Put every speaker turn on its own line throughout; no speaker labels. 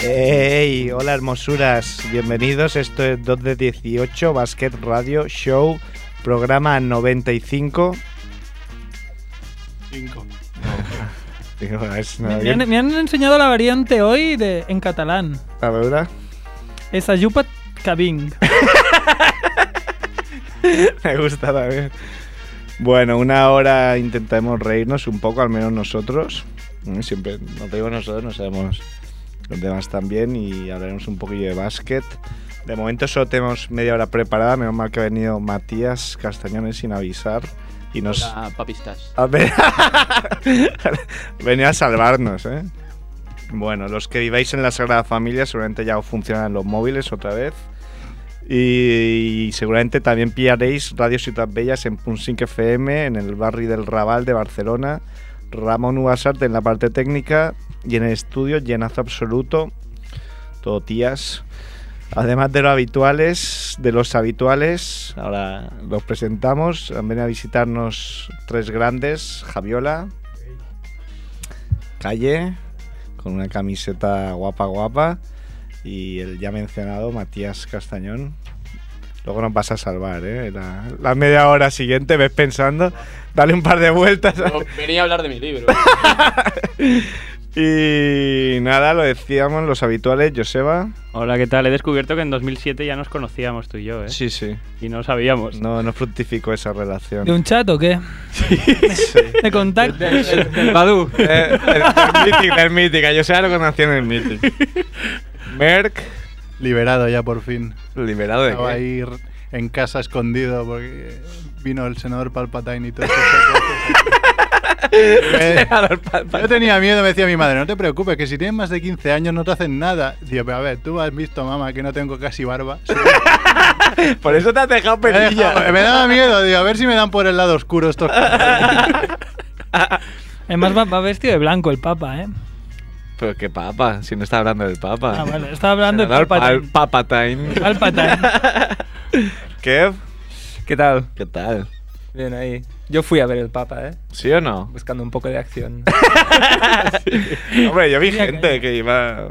¡Hey! Hola hermosuras, bienvenidos. Esto es 2 de 18, Basket Radio Show, programa 95.
5.
Digo, es
Me,
nada
me han,
bien.
me han enseñado la variante hoy de, en catalán.
La verdad,
Es Ayupat Cabing.
me gusta también. Bueno, una hora intentaremos reírnos un poco, al menos nosotros. Mm, Siempre, no te digo nosotros, no sabemos los demás también y hablaremos un poquillo de básquet. De momento solo tenemos media hora preparada, menos mal que ha venido Matías Castañones sin avisar y nos...
Ah, papistas.
A ver. Venía a salvarnos, ¿eh? Bueno, los que viváis en la Sagrada Familia seguramente ya os funcionan los móviles otra vez. Y, y seguramente también pillaréis Radio Ciudad Bellas en Punsink FM, en el barrio del Raval de Barcelona, Ramón Ubasarte en la parte técnica y en el estudio llenazo absoluto, todo tías. Además de los habituales, de los habituales, ahora los presentamos. Han venido a visitarnos tres grandes, Javiola, Calle, con una camiseta guapa guapa, y el ya mencionado Matías Castañón. Luego nos vas a salvar, ¿eh? La, la media hora siguiente ves pensando, dale un par de vueltas.
Yo venía a hablar de mi libro.
Y nada, lo decíamos los habituales, Joseba.
Hola, ¿qué tal? He descubierto que en 2007 ya nos conocíamos tú y yo, ¿eh?
Sí, sí.
Y no sabíamos.
No, no fructificó esa relación.
¿De un chat o qué? ¿De contacto?
Badu.
Eh, el, el Mythic, el Mythic, a Joseba lo conocí en el Mythic. Merck,
Liberado ya por fin.
liberado de
Estaba
qué?
ahí r- en casa escondido porque eh, vino el senador Palpatine y todo eso. Me- Yo tenía miedo, me decía mi madre, no te preocupes, que si tienes más de 15 años no te hacen nada. Digo, pero a ver, tú has visto, mamá, que no tengo casi barba. Sí,
Por eso te has dejado
me, ha
pelilla.
dejado- me daba miedo, digo, a ver si me dan por el lado oscuro estos.
Además va, va vestido de blanco el papa, ¿eh?
Pero qué papa, si no está hablando del papa.
Ah, vale. Estaba hablando de
Senador
papa.
Pal- Papatine.
Palpatine.
Kev,
¿Qué tal?
¿qué tal?
Bien ahí. Yo fui a ver el Papa, ¿eh?
¿Sí o no?
Buscando un poco de acción.
Hombre, yo vi
Mira,
gente que iba...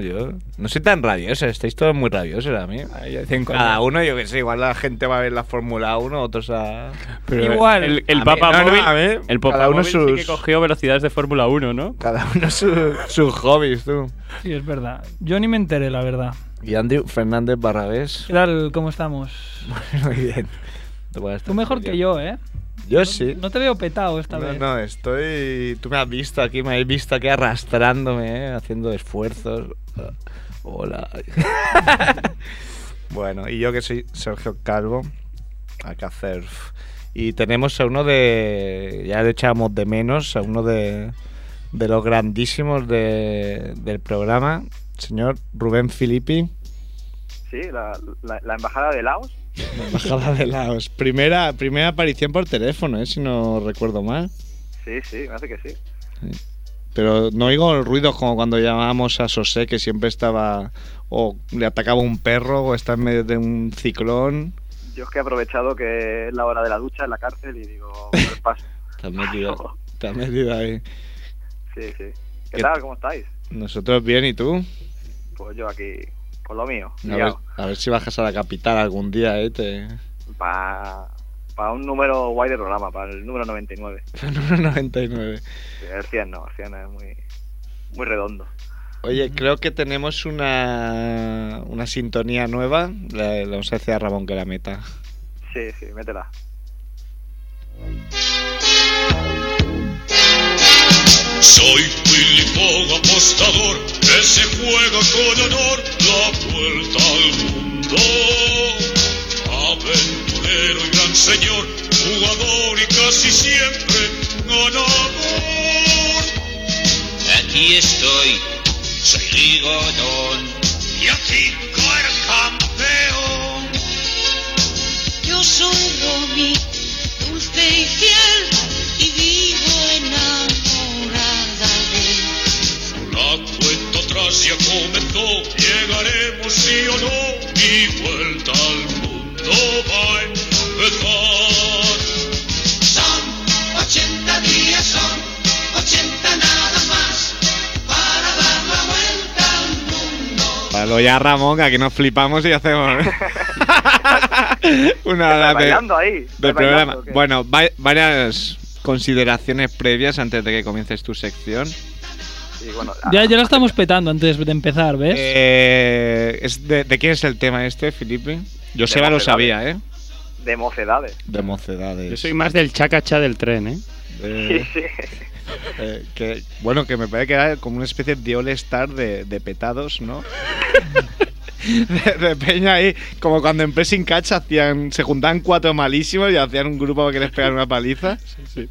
Yo no soy tan rabiosa, estáis todos muy rabiosos a mí.
Ahí de vez en cuando.
Cada uno, yo que sé, igual la gente va a ver la Fórmula 1, otros a...
Igual.
El, el
A
Papa
mí- no, no,
Móvil.
a mí,
el Papa
cada uno
Móvil sí que
sus-
cogió velocidades de Fórmula 1, ¿no?
Cada uno su- sus hobbies, tú.
Sí, es verdad. Yo ni me enteré, la verdad.
Y Andrew Fernández Barrabés.
¿Qué tal? ¿Cómo estamos?
Muy bien. Tú puedes
Tú
estar
mejor
muy
que
bien.
yo, ¿eh?
Yo
No-
sí.
No te veo petado esta
No,
vez.
no, estoy. Tú me has visto aquí, me habéis visto aquí arrastrándome, ¿eh? haciendo esfuerzos. Ah, Hola. bueno, y yo que soy Sergio Calvo, acá surf. Y tenemos a uno de. Ya lo echábamos de menos, a uno de, de los grandísimos de- del programa, señor Rubén Filippi.
Sí, la, la- la embajada de Laos.
Embajada de Laos. Primera, primera aparición por teléfono, ¿eh? si no recuerdo mal.
Sí, sí, me hace que sí.
Pero no oigo ruidos como cuando llamábamos a Sosé, que siempre estaba o le atacaba un perro o está en medio de un ciclón.
Yo es que he aprovechado que es la hora de la ducha en la cárcel y digo, pues paso.
Está metido, está metido ahí.
Sí, sí. ¿Qué
¿Qué-
tal? ¿Cómo estáis?
Nosotros bien, ¿y tú?
Pues yo aquí, con lo mío.
A ver,
Para
a ver si bajas a la capital algún día, ¿eh? Te...
Para un número guay de programa, para el número 99.
Número 99.
El 100 no, el 100 es muy, muy redondo.
Oye, creo que tenemos una, una sintonía nueva. Le, le vamos a decir a Ramón que la meta.
Sí, sí, métela.
Soy Filipón apostador que se juega con honor la vuelta al mundo. Aventurero y gran señor, jugador y casi siempre ganador. Aquí estoy, soy Rigodón y aquí el campeón.
Yo soy Romy, dulce y fiel, y vivo enamorada de
La cuenta atrás ya comenzó, llegaremos sí o no, mi vuelta al mundo va a empezar.
Son 80 días, son 80 nada más, para dar la vuelta al mundo.
Palo ya, Ramón, que aquí nos flipamos y hacemos una hora de,
bailando ahí.
del
¿Estás
programa.
bailando o qué?
Bueno, va- varias consideraciones previas antes de que comiences tu sección.
Sí, bueno, ah,
Ya, ya lo estamos petando antes de empezar, ¿ves?
Eh, es de, de quién es el tema este, Felipe? Joseba lo
Mocedades.
sabía, ¿eh?
de mocedades.
De mocedades.
Yo soy más del chacacha del tren, ¿eh?
Sí,
Eh,
sí.
eh, que, bueno, que me parece que era como una especie de all-star de, de petados, ¿no? De, de peña ahí, como cuando en Pressing Catch hacían, se juntaban cuatro malísimos y hacían un grupo para que les pegaran una paliza.
sí, sí,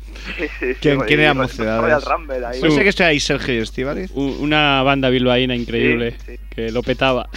sí,
¿Quién-
oye,
quién era
y con-
mocedades?
con Royal Rumble ahí.
Pensé que seáis Sergio y Estíbaliz.
U- Una banda bilbaína increíble
Sí, sí.
que lo petaba.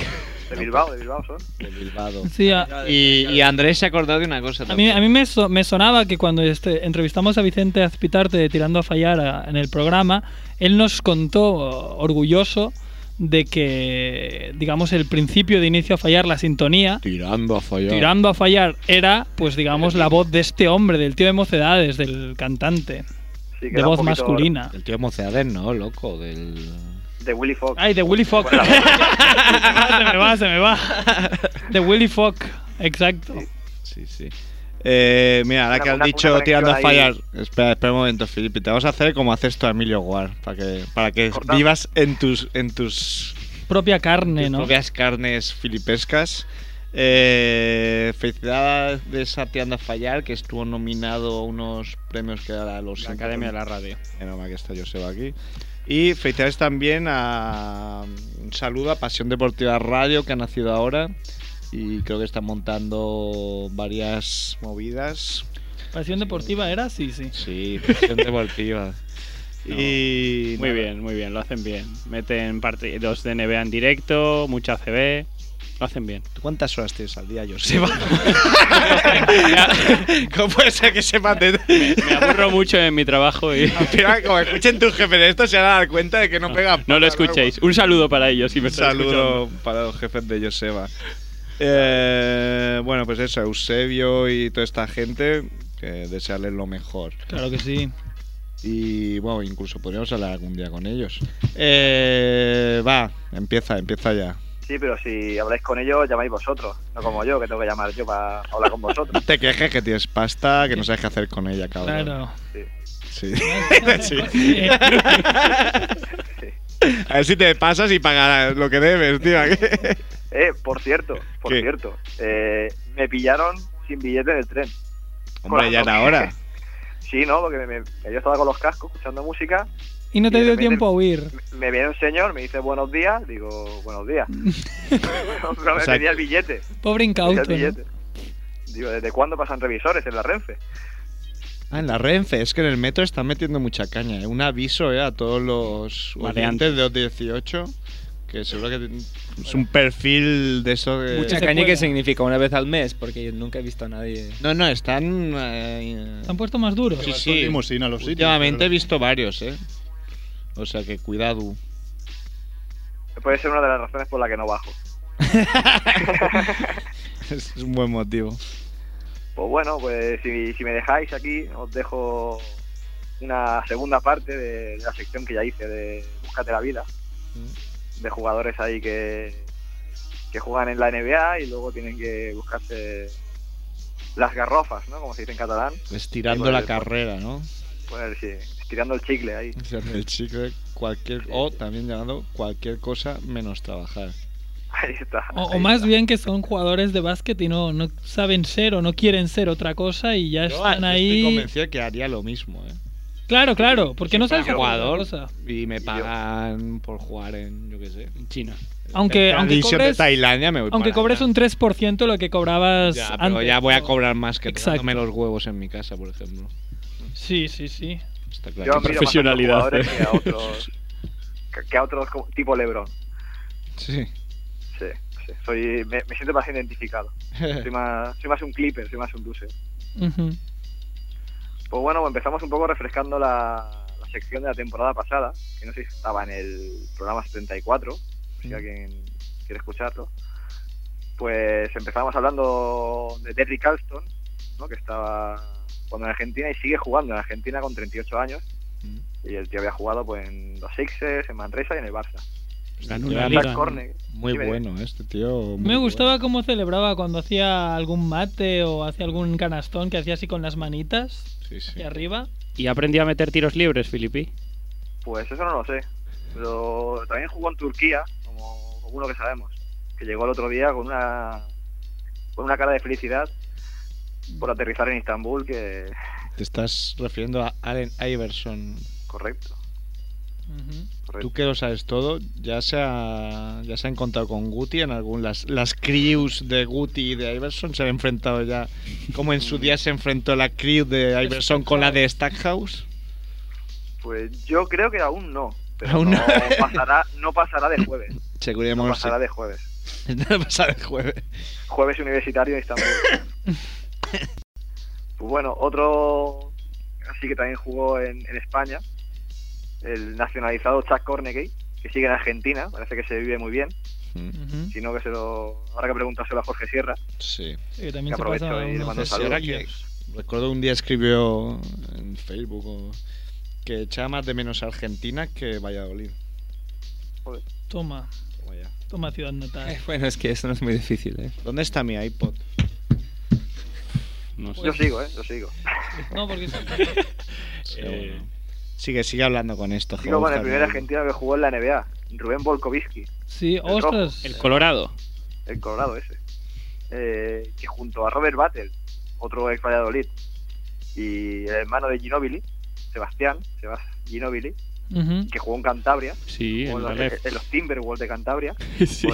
De Bilbao, de Bilbao son.
Sí, a,
Y, y Andrés se ha acordado de una cosa
a mí,
también.
a mí me, so- me sonaba que cuando este, entrevistamos a Vicente Azpitarte de Tirando a Fallar a- en el programa, él nos contó orgulloso de que, digamos, el principio de inicio a fallar, la sintonía,
Tirando a fallar.
Tirando a fallar era, pues digamos, la voz de este hombre, del tío de mocedades, del cantante,
Sí, que
de
era
voz
un poquito
masculina.
El tío Mocedades no, loco, del...
De Willy Fox.
Ay, de Willy Fox. se
Bueno,
me va, se me va. De Willy Fox, exacto.
Sí, sí. Eh, mira, ahora
Una-
que has
una-
dicho
una
tirando a fallar.
conexión
Espera, espera un momento, Felipe. Te vamos a hacer como haces tú a Emilio War, para que, para que
Cortamos.
vivas en tus, en tus,
Propia carne,
tus
¿no?
propias carnes filipescas. Eh, felicidades a Tirando a Fallar, que estuvo nominado a unos premios que da los
La Academia de la Radio.
Menos mal que está Joseba aquí. Y felicidades también a. Un saludo a Pasión Deportiva Radio, que ha nacido ahora. Y creo que están montando varias movidas.
Pasión deportiva era, sí, sí.
Sí, Pasión Deportiva. y.
Muy
nada.
bien, muy bien, lo hacen bien. Meten partidos de NBA en directo, mucha CB, lo hacen bien.
¿Tú cuántas horas tienes al día, Joseba? ¿Cómo puede ser que sepan de.?
Me aburro mucho en mi trabajo y
Al final, como escuchen tus jefes de esto, se van a dar cuenta de que no pega.
no
pata,
lo escuchéis. Un saludo para ellos si me
Un
están
saludo para los jefes de Joseba. Eh, bueno, pues eso, Eusebio y toda esta gente, que desearles lo mejor.
Claro que sí.
Y bueno, incluso podríamos hablar algún día con ellos. Eh, va, empieza, empieza ya.
Sí, pero si habláis con ellos, llamáis vosotros. No como yo, que tengo que llamar yo para hablar con
No
vosotros.
te quejes que tienes pasta, que no sabes qué hacer con ella, cabrón.
Claro.
Sí.
Sí.
sí. A ver si te pasas y pagarás lo que debes, tío.
Eh, por cierto, por
¿Qué?
cierto. eh, me pillaron sin billete del tren.
Hombre, ya era hora.
Sí, no, porque me- me- yo estaba con los cascos escuchando música.
Y no te
Y de
dio
repente-
tiempo a huir.
Me, me viene un señor, me dice buenos días. Digo, buenos días. Pero
Mm. O
me
sea,
tenía el billete.
Pobre
tenía
incauto.
el
¿no?
billete. Digo, ¿desde cuándo pasan revisores en la Renfe?
Ah, en la Renfe, es que en el metro están metiendo mucha caña. ¿eh? Un aviso eh, a todos los
Maleantes.
antes de los 18, que seguro que ten- es un perfil de eso. de-
Mucha
se
caña que
cuela.
significa una vez al mes, porque yo nunca he visto a nadie.
No, no, están. eh,
¿Te han puesto más duro?
Sí,
Sí, limusina a los sitios.
últimamente he
pero-
visto varios, ¿eh? O sea que cuidado.
Puede ser una de las razones por la que no bajo.
es un buen motivo.
Pues bueno, pues si, si me dejáis aquí, os dejo una segunda parte de, de la sección que ya hice de Búscate la vida, de jugadores ahí que, que juegan en la NBA y luego tienen que buscarse las garrofas, ¿no? Como se dice en catalán.
Estirando
Sí, vale,
la
pues.
carrera, ¿no?
Poner, sí, tirando el chicle ahí.
El chicle, cualquier. O también llamado cualquier cosa menos trabajar.
Ahí está.
O, o más bien que son jugadores de básquet y no, no saben ser o no quieren ser otra cosa y ya
Yo
están
estoy
ahí.
convencido que haría lo mismo, ¿eh?
Claro, claro, porque no
Soy
sabes
jugador
otra cosa.
y me pagan por jugar en, yo qué sé, en China.
Aunque,
En
aunque
división de
cobres,
Tailandia me voy
aunque
para
cobres
allá.
un 3% lo que cobrabas
Ya, pero
antes.
ya voy a cobrar más que
Exacto.
dándome los huevos en mi casa, por ejemplo.
Sí, sí, sí.
Está
Yo
claro.
admiro más a los jugadores Que a otros, que- que a otros como- tipo Lebron.
Sí.
Sí, sí. Soy, me, me siento más identificado. Soy más, soy más un clipper, soy más un loser. Pues bueno, empezamos un poco refrescando la, la sección de la temporada pasada, que no sé si estaba en el programa 74, si alguien quiere escucharlo. Pues empezamos hablando de Terry Carlston, ¿no? que estaba jugando en Argentina y sigue jugando en Argentina con 38 años. Y el tío había jugado pues, en los Sixers, en Manresa y en el Barça.
Está
en una
Jack
liga, ¿no?
Corney,
Muy
dime, dime.
bueno este tío. muy
Me gustaba cómo celebraba cuando hacía algún mate o hacía algún canastón que hacía así con las manitas hacia arriba.
¿Y aprendí a meter tiros libres, Filipi?
Pues eso no lo sé. Pero también jugó en Turquía, como, como uno que sabemos, que llegó el otro día con una con una cara de felicidad por aterrizar en Estambul, que
Te estás refiriendo a Allen Iverson.
correcto. Pues
Tú que lo sabes todo, ya se ha, ya se ha encontrado con Guti en algún. Las, las crews de Guti y de Iverson se han enfrentado ya. Como en su día se enfrentó la crew de Iverson con la de Stackhouse.
Pues yo creo que aún no. Pero
Aún
no,
no.
pasará, no pasará de jueves.
Seguridad
No
Morsi.
pasará de jueves.
No pasará de jueves.
Jueves universitario en Estambul. pues bueno, otro así que también jugó en, en España, el nacionalizado Chuck Cornegay, que sigue en Argentina, parece que se vive muy bien. Si no, que se lo. Habrá que preguntárselo a Jorge Sierra.
Sí.
Sí, también
Que
se
aprovecho
pasa
y le
unos-
mando
Jorge
saludos.
Sierra, Recuerdo un día escribió en Facebook o- que echaba más de menos a Argentina que Valladolid.
Toma. Toma ciudad natal.
Bueno, es que eso no es muy difícil, ¿eh? ¿Dónde está mi iPod? No
Yo sigo, ¿eh? Yo sigo.
No, porque son-
Sigue, sigue hablando con esto.
Sigo con el primer argentino que jugó en la NBA, Rubén Volkovitsky,
Sí, ostras.
El Colorado.
el Colorado ese. Eh, que junto a Robert Battle, otro ex Valladolid, y el hermano de Ginobili, Sebastián, Sebastián Ginobili,
Ujú.
que jugó en Cantabria,
Sí,
jugó
en
en los,
Dalef.
en los Timberwolves de Cantabria,
Sí.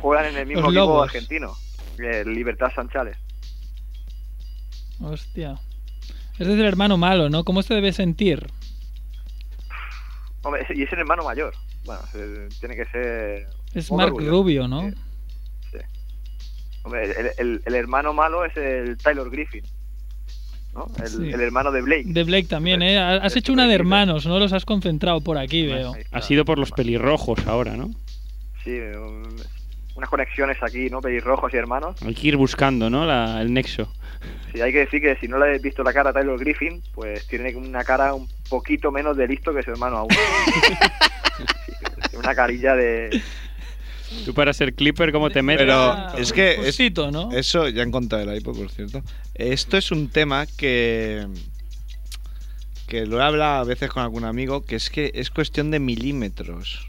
juegan en el mismo
Los
equipo
Lobos.
argentino, el Libertad Sanchales.
Hostia. Ese es el hermano malo, ¿no? ¿Cómo se debe sentir?
Hombre, y es el hermano mayor. Bueno, se- tiene que ser.
Es
un
Mark
orgullo.
Rubio, ¿no?
Hombre, el, el- el hermano malo es el Tyler Griffin, ¿no? El,
Sí.
el hermano de Blake.
De Blake también, ¿eh? Has hecho una de hermanos, ¿no? Los has concentrado por aquí, veo.
Ha sido por los pelirrojos ahora, ¿no?
Sí, un- unas conexiones aquí, ¿no? Pelirrojos y hermanos.
Hay que ir buscando, ¿no? La- el nexo.
Sí, hay que decir que si no le habéis visto la cara a Tyler Griffin, pues tiene una cara un poquito menos de listo que su hermano aún. una carilla de.
Tú para ser clipper, ¿cómo te metes?
Pero es que. es-
¿no?
Eso, ya han contado el iPod, por cierto. Esto es un tema que. que lo he hablado a veces con algún amigo, que es que es cuestión de milímetros.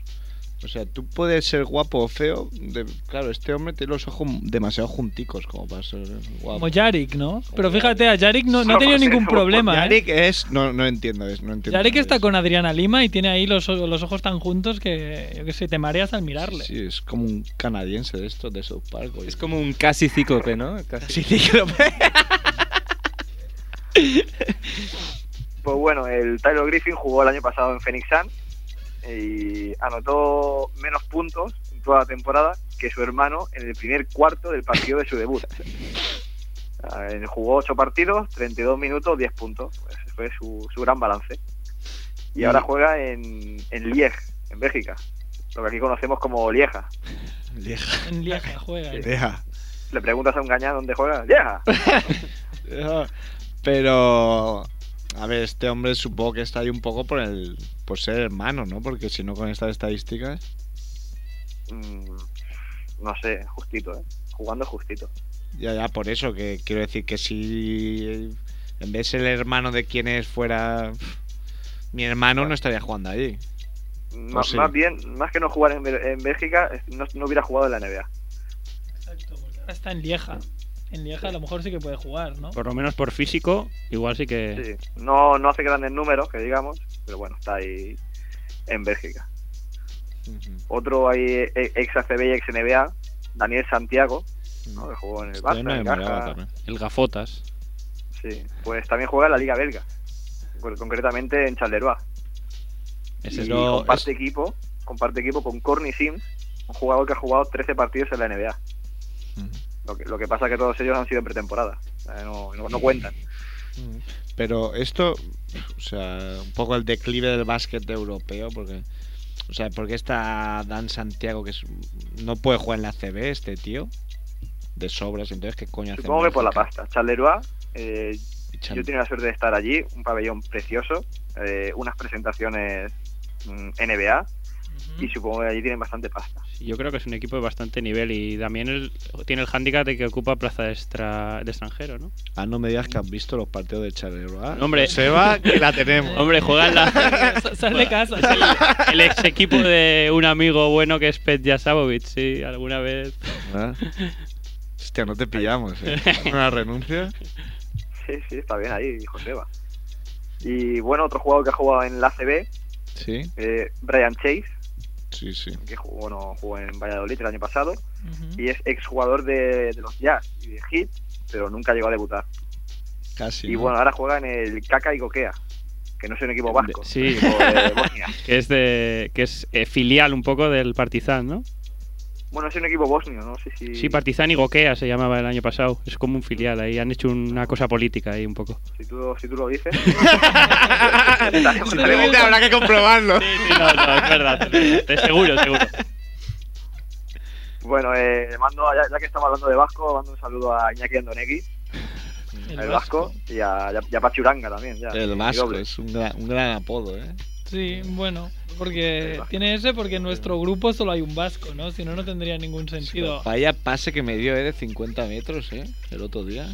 O sea, tú puedes ser guapo o feo. de- claro, este hombre tiene los ojos demasiado junticos como para ser guapo.
Como Yarik, ¿no? Pero fíjate, a Yarik no, no ha tenido ningún problema, ¿eh?
Yannick es. No, no entiendo, es, no entiendo.
Yarik está con Adriana Lima y tiene ahí los, los ojos tan juntos que, yo qué sé, te mareas al mirarle.
Sí, es como un canadiense de estos, de South Park. Es
como un casi cíclope, ¿no? Casi
cíclope.
Pues bueno, el Tyler Griffin jugó el año pasado en Phoenix Suns eh, y anotó menos puntos en toda la temporada que su hermano en el primer cuarto del partido de su debut. Eh, Jugó 8 partidos, 32 minutos, 10 puntos. Pues ese fue su, su gran balance. Y ahora juega en, en Liege, en Bélgica. Lo que aquí conocemos como Lieja.
Lieja.
En Lieja juega. ¿eh?
Le preguntas a un gañán dónde juega. ¡Lieja!
Pero. A ver, este hombre supongo que está ahí un poco por el. por ser hermano, ¿no? Porque si no con estas estadísticas.
Mm, no sé, justito, ¿eh? Jugando justito.
Ya, ya, por eso, que quiero decir que si. En vez de ser el hermano de quien es fuera. Mi hermano no estaría jugando allí.
Más,
Pues sí.
más bien, más que no jugar en, Bel- en Bélgica, es- no, no hubiera jugado en la NBA.
Ahora Está en Lieja. En Lieja a lo mejor sí que puede jugar, ¿no?
Por lo menos por físico, igual sí que.
No, no hace grandes números, que digamos, pero bueno, está ahí en Bélgica. Otro ahí, e- ex ACB y ex NBA, Daniel Santiago, ¿no? que jugó en el Barça, en Caja.
El gafotas.
Sí, pues también juega en la Liga Belga, con- concretamente en Charleroi.
Ese
y
es lo-
comparte equipo, comparte equipo con Corny Sims, un jugador que ha jugado 13 partidos en la NBA. Lo que, lo que pasa es que todos ellos han sido en pretemporada, eh, no, no- no cuentan.
Pero esto, o sea, un poco el declive del básquet europeo, porque, o sea, porque está Dan Santiago que es- no puede jugar en la CB este tío de sobras, entonces qué coño hace. en
Supongo que por la
Bélgica?
pasta. Charleroi, eh,
Chal-
yo tenía la suerte de estar allí, un pabellón precioso, eh, unas presentaciones mm, NBA, y supongo que allí tienen bastante pasta.
Yo creo que es un equipo de bastante nivel y también el- tiene el hándicap de que ocupa plaza de, extra- de extranjero, ¿no?
Ah, no me digas que has visto los partidos de Charleroi.
Hombre,
se va que la tenemos.
Hombre, juega en la-
Sal de casa.
el ex equipo de un amigo bueno que es Petja Savovic, sí, alguna vez.
Ah. Hostia, no te pillamos. ¿eh? Una renuncia.
Sí, sí, está bien ahí, Joseba. Y bueno, otro jugador que ha jugado en la CB,
Sí,
eh, Brian Chase,
sí, sí.
que jugó, bueno, jugó en Valladolid el año pasado, y es exjugador de, de los Jazz y de Hit, pero nunca llegó a debutar.
Casi.
y
¿no? Eh,
bueno, ahora juega en el Kaka y Gokea, que no es un equipo vasco.
Sí,
es un equipo de Bosnia.
que es, de, que es eh, filial un poco del Partizan, ¿no?
Bueno, es un equipo bosnio, no sé si...
Sí, Partizan y Gokea se llamaba el año pasado. Es como un filial ahí. Han hecho una cosa política ahí un poco.
si, tú, si tú lo dices...
Simplemente habrá que comprobarlo.
Sí, sí, no, no, es verdad. Es seguro, seguro.
Bueno, eh, mando, ya, ya que estamos hablando de Vasco, mando un saludo a Iñaki Andonegui, el, vasco, y a, y a- y a Pachuranga también. Ya,
El
mi
Vasco
doble.
es un gran, un gran apodo, ¿eh?
Sí, bueno, porque tiene ese porque en nuestro grupo solo hay un vasco, ¿no? Si no, no tendría ningún sentido.
Vaya pase que me dio, ¿eh? De 50 metros, ¿eh? El otro día.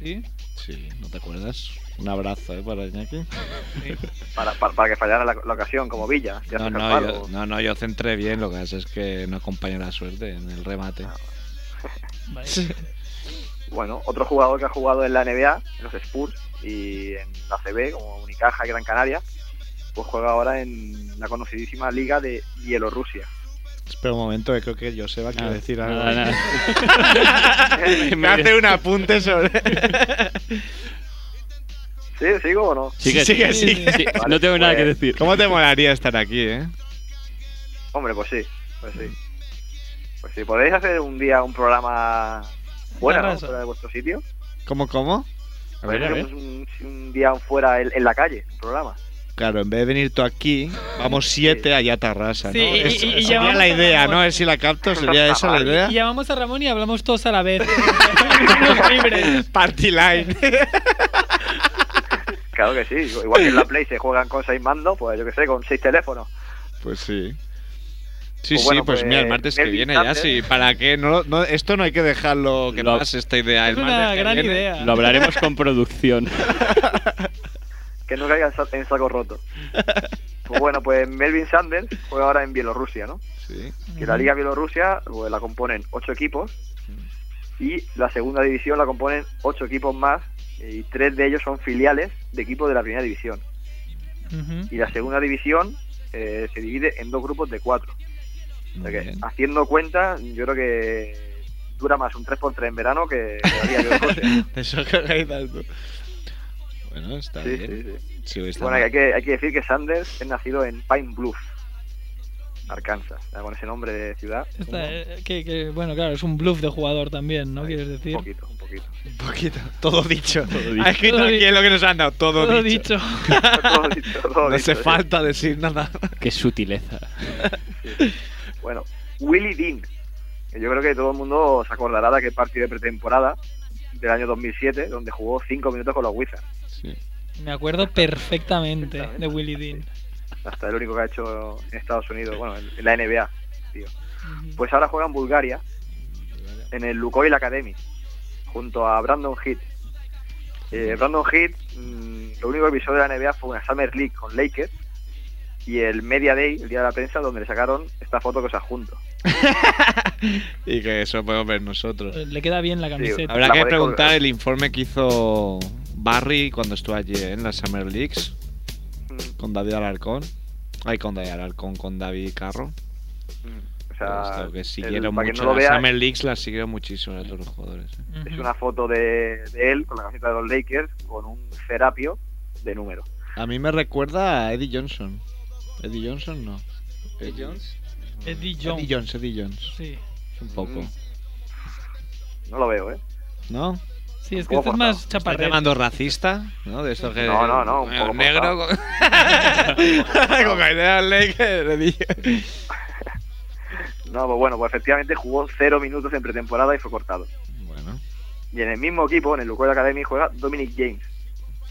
¿Sí?
Sí, ¿no te acuerdas? Un abrazo, ¿eh? Para Iñaki.
Para, para, para que fallara la, la ocasión, como Villa. ya
No,
se
no,
escaparon.
yo, no, no, yo centré bien, lo que pasa es que no acompañó la suerte en el remate.
Ah, Bueno, otro jugador que ha jugado en la NBA, en los Spurs y en la CB, como Unicaja y Gran Canaria, pues juega ahora en la conocidísima liga de Bielorrusia.
Espera un momento, que creo que Joseba quiere
Nada,
decir algo.
nada,
me hace un apunte sobre.
¿Sí? ¿Sigo o no?
Sigue, sigue, sigue. Sí, no tengo nada que decir.
pues, ¿Cómo te molaría estar aquí, eh?
Hombre, pues sí, pues sí. Pues sí, podéis hacer un día un programa fuera, ¿no?
Terraza.
Fuera de vuestro sitio.
¿Cómo, cómo?
A ver, a ver.
Podéis hacer Un, un día fuera en, en la calle, un programa.
Claro, en vez de venir tú aquí, vamos siete allá a Tarrasa, ¿no?
Sí, y-
Es-
y- y
sería
llamamos
la
a
idea,
Ramón.
¿no? Es si la capto, sería esa la idea.
Y llamamos a Ramón y hablamos todos a la vez. Somos libres.
Party line.
Claro que sí, igual que en la Play se juegan con seis mandos, pues yo que sé, con seis teléfonos.
Pues sí. Sí,
Pues
sí,
bueno,
pues,
pues,
mira, el martes que
Melvin
viene ya,
Sanders.
sí. ¿Para qué? No, lo- no- esto no hay que dejarlo que
Lo-
pase esta idea.
Es
el martes
una
que
gran
viene.
idea.
Lo hablaremos con producción.
Que no caiga en sa- en saco roto. Pues bueno, pues Melvin Sanders juega ahora en Bielorrusia, ¿no?
Sí.
Que la Liga Bielorrusia pues, la componen ocho equipos y la segunda división la componen ocho equipos más eh, y tres de ellos son filiales de equipos de la primera división.
Ujú.
Y la segunda división eh, se divide en dos grupos de cuatro. O sea
Muy
que,
bien.
haciendo cuenta, yo creo que dura más un 3x3 en verano que la Liga Bielorrusia.
Eso que organizas tú. Bueno, está
Sí,
bien.
sí, sí.
Sí, está
Bueno,
bien.
hay que, hay que decir que Sanders es nacido en Pine Bluff, Arkansas, ya con ese nombre de ciudad.
Esta, eh, que, que, bueno, claro, es un bluff de jugador también, ¿no? Quieres decir.
Un poquito, un poquito.
Un poquito. Todo dicho.
Todo dicho.
Ha escrito
Todo
aquí
di-
lo que nos han dado. Todo,
Todo
dicho.
dicho.
Todo dicho, todo
No
dicho,
hace
sí.
falta decir nada.
Qué sutileza.
Bueno, Willie Dean. que Yo creo que todo el mundo se acordará de aquel partido de pretemporada del año 2007, donde jugó 5 minutos con los Wizards.
Me acuerdo perfectamente de Willy Dean.
Hasta el único que ha hecho en Estados Unidos, bueno, en en la NBA, tío. Pues ahora juega en Bulgaria, en el Lukoil Academy, junto a Brandon Heat. Eh, Brandon Heat mm, lo único que pisó de la NBA fue una Summer League con Lakers y el Media Day, el día de la prensa, donde le sacaron esta foto que os adjunto.
Y que eso podemos ver nosotros.
Le queda bien la camiseta.
Habrá que preguntar el informe que hizo Barry cuando estuvo allí ¿eh? en las Summer Leagues
Mm.
con David Alarcón. Ay, con David Alarcón, con David Carro. Pues
O sea,
Mm. Esto, que
el-
siguieron
para que
mucho.
no lo
las
vea,
Summer Leagues las siguieron muchísimo a todos los jugadores. ¿eh?
es una foto de, de él con la camiseta de los Lakers con un Serapio de número.
A mí me recuerda a Eddie Johnson. Eddie Johnson no.
Eddie Jones.
Eddie
Eddie Jones, Eddie Jones.
Sí.
Un
Mm.
poco.
No lo veo, ¿eh?
¿No?
Sí, es que este
Tampoco
es más
¿Estás
chaparrero.
llamando racista? ¿No? De estos que.
No, no, no, un
eh,
poco
negro. Con... con Caidea Lakers. le dije.
No, pues bueno, pues efectivamente jugó cero minutos en pretemporada y fue cortado.
Bueno.
Y en el mismo equipo, en el Lucoil Academy, juega Dominic James,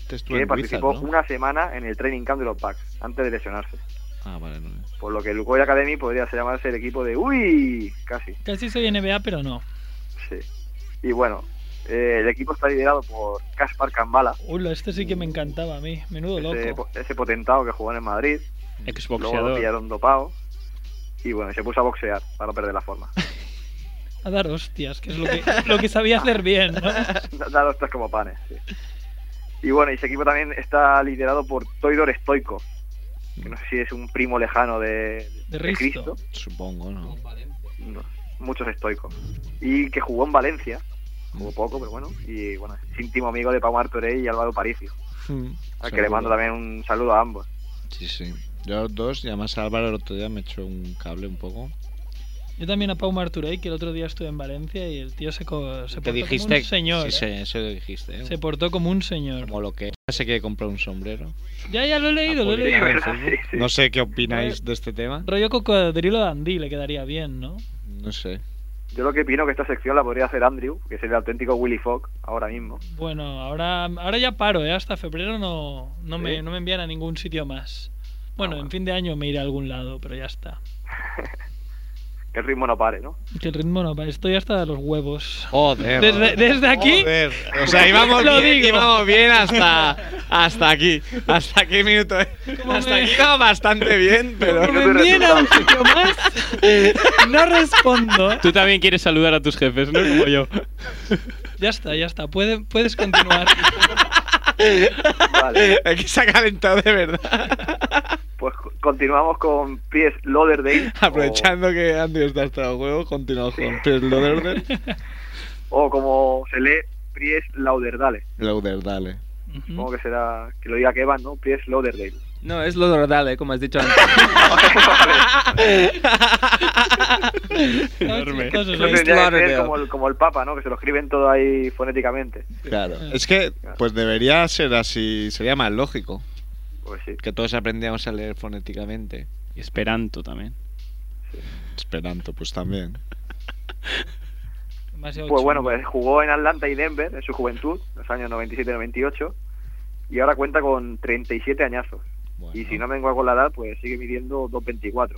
Este estuvo
que
en
participó
Wizard, ¿no?
una semana en el training camp de los Bucks antes de lesionarse.
Ah, vale, no.
Por lo que el Lucoil Academy podría llamarse el equipo de ¡Uy! Casi.
Casi soy NBA, pero no.
Sí. Y bueno, eh, el equipo está liderado por Caspar Cambala,
Uy, este sí que me encantaba a mí. Menudo
ese,
loco.
po- ese potentado que jugó en el Madrid. Luego lo
Exboxeador.
pillaron dopado. Y bueno, se puso a boxear para no perder la forma.
A dar hostias, que es lo que, lo que sabía hacer bien, ¿no?
Da- da los tres como panes. sí. Y bueno, y ese equipo también está liderado por Toidor Stoico, que no sé si es un primo lejano de,
De
de
Risto.
Cristo,
Supongo, ¿no?
No, muchos estoicos, y que jugó en Valencia, jugó poco, pero bueno, y bueno, es íntimo amigo de Pau Martorell y Álvaro Paricio, al que le
Seguro.
mando también un saludo a ambos.
Sí, sí. Yo a los dos, y además Álvaro el otro día me echó un cable un poco.
Yo también a Pau Marturey, que el otro día estuve en Valencia y el tío se, co- se
Te
portó como
dijiste.
un señor.
Sí,
¿eh?
sí, eso lo dijiste. ¿eh?
Se portó como un señor.
Como lo que. Se quiere comprar un sombrero.
Ya, ya lo he leído, lo he leído.
No sé qué opináis de este tema.
Rollo cocodrilo dandí le quedaría bien, ¿no?
No sé.
Yo lo que opino que esta sección la podría hacer Andrew, que es el auténtico Willy Fogg ahora mismo.
Bueno, ahora, ahora ya paro, ¿eh? Hasta febrero no, no, me,
¿Sí?
no me envían a ningún sitio más.
Ah,
Bueno, en fin de año me iré a algún lado, pero ya está.
Que el ritmo no pare, ¿no?
Que el ritmo no... pa- Estoy hasta los huevos.
Joder.
Desde, desde aquí...
Joder. O sea, íbamos
Lo
Pues bien,
digo.
íbamos bien hasta, hasta aquí. Hasta aquí minuto. eh. Hasta
me-
aquí íbamos bastante bien, pero.
Como me envíen a un sitio más, no respondo.
Tú también quieres saludar a tus jefes, ¿no? Como yo.
Ya está, ya está. Puede- puedes continuar.
Es que se ha calentado de verdad.
Pues co- continuamos con Pies Lauderdale.
Aprovechando que Andy está hasta los huevos, continuamos con Pierce Lauderdale.
O, o como se lee, Pies Lauderdale.
Lauderdale.
Mm.
Supongo que será que lo diga Kevin, ¿no? Pies Lauderdale.
No, es Lauderdale, como has dicho antes.
Enorme.
Eso
Pies
tendría que ser
Lauderdale.
como el, como el Papa, ¿no? Que se lo escriben todo ahí fonéticamente.
Claro. Es que, pues debería ser así. Sería más lógico.
Pues sí.
Que todos aprendíamos a leer fonéticamente.
Esperanto también.
Esperanto, pues también.
Demasiado
Pues bueno,
chungo.
pues jugó en Atlanta y Denver en su juventud, en los años 97-98. Y ahora cuenta con 37 añazos. Y si no me vengo con la edad, pues sigue midiendo 2.24.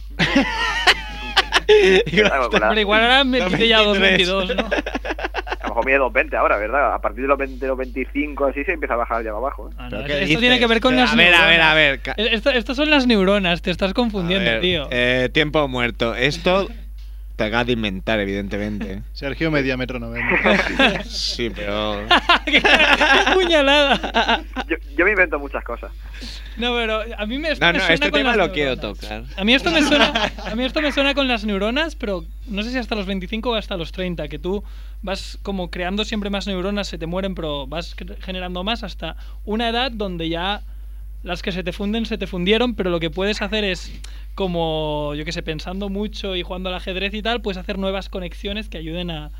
Vengo con la edad.
Hombre, igual ahora me pide ya 2.22, ¿no?
A lo mejor mide 2.20 ahora, ¿verdad? A partir de los, 20, los 25 así se empieza a bajar ya para abajo. ¿eh?
Ah, no,
¿Pero
esto
qué
tiene
dices?
que ver con
Pero,
las
a ver, a
neuronas.
ver, a ver, ca-
Eh, Esto, estas son las neuronas, te estás confundiendo,
A ver,
tío.
eh, tiempo muerto. Esto te acabas de inventar, evidentemente.
Sergio media metro noventa.
Sí, pero.
¡Qué puñalada!
Yo, yo me invento muchas cosas.
No, pero a mí me, esto
No,
me
no,
suena
este
con
tema
las
lo quiero
neuronas.
tocar.
A mí, esto me suena, a mí esto me suena con las neuronas, pero no sé si hasta los 25 o hasta los 30, que tú vas como creando siempre más neuronas, se te mueren, pero vas cre- generando más hasta una edad donde ya las que se te funden se te fundieron, pero lo que puedes hacer es, como yo que sé, pensando mucho y jugando al ajedrez y tal, puedes hacer nuevas conexiones que ayuden a...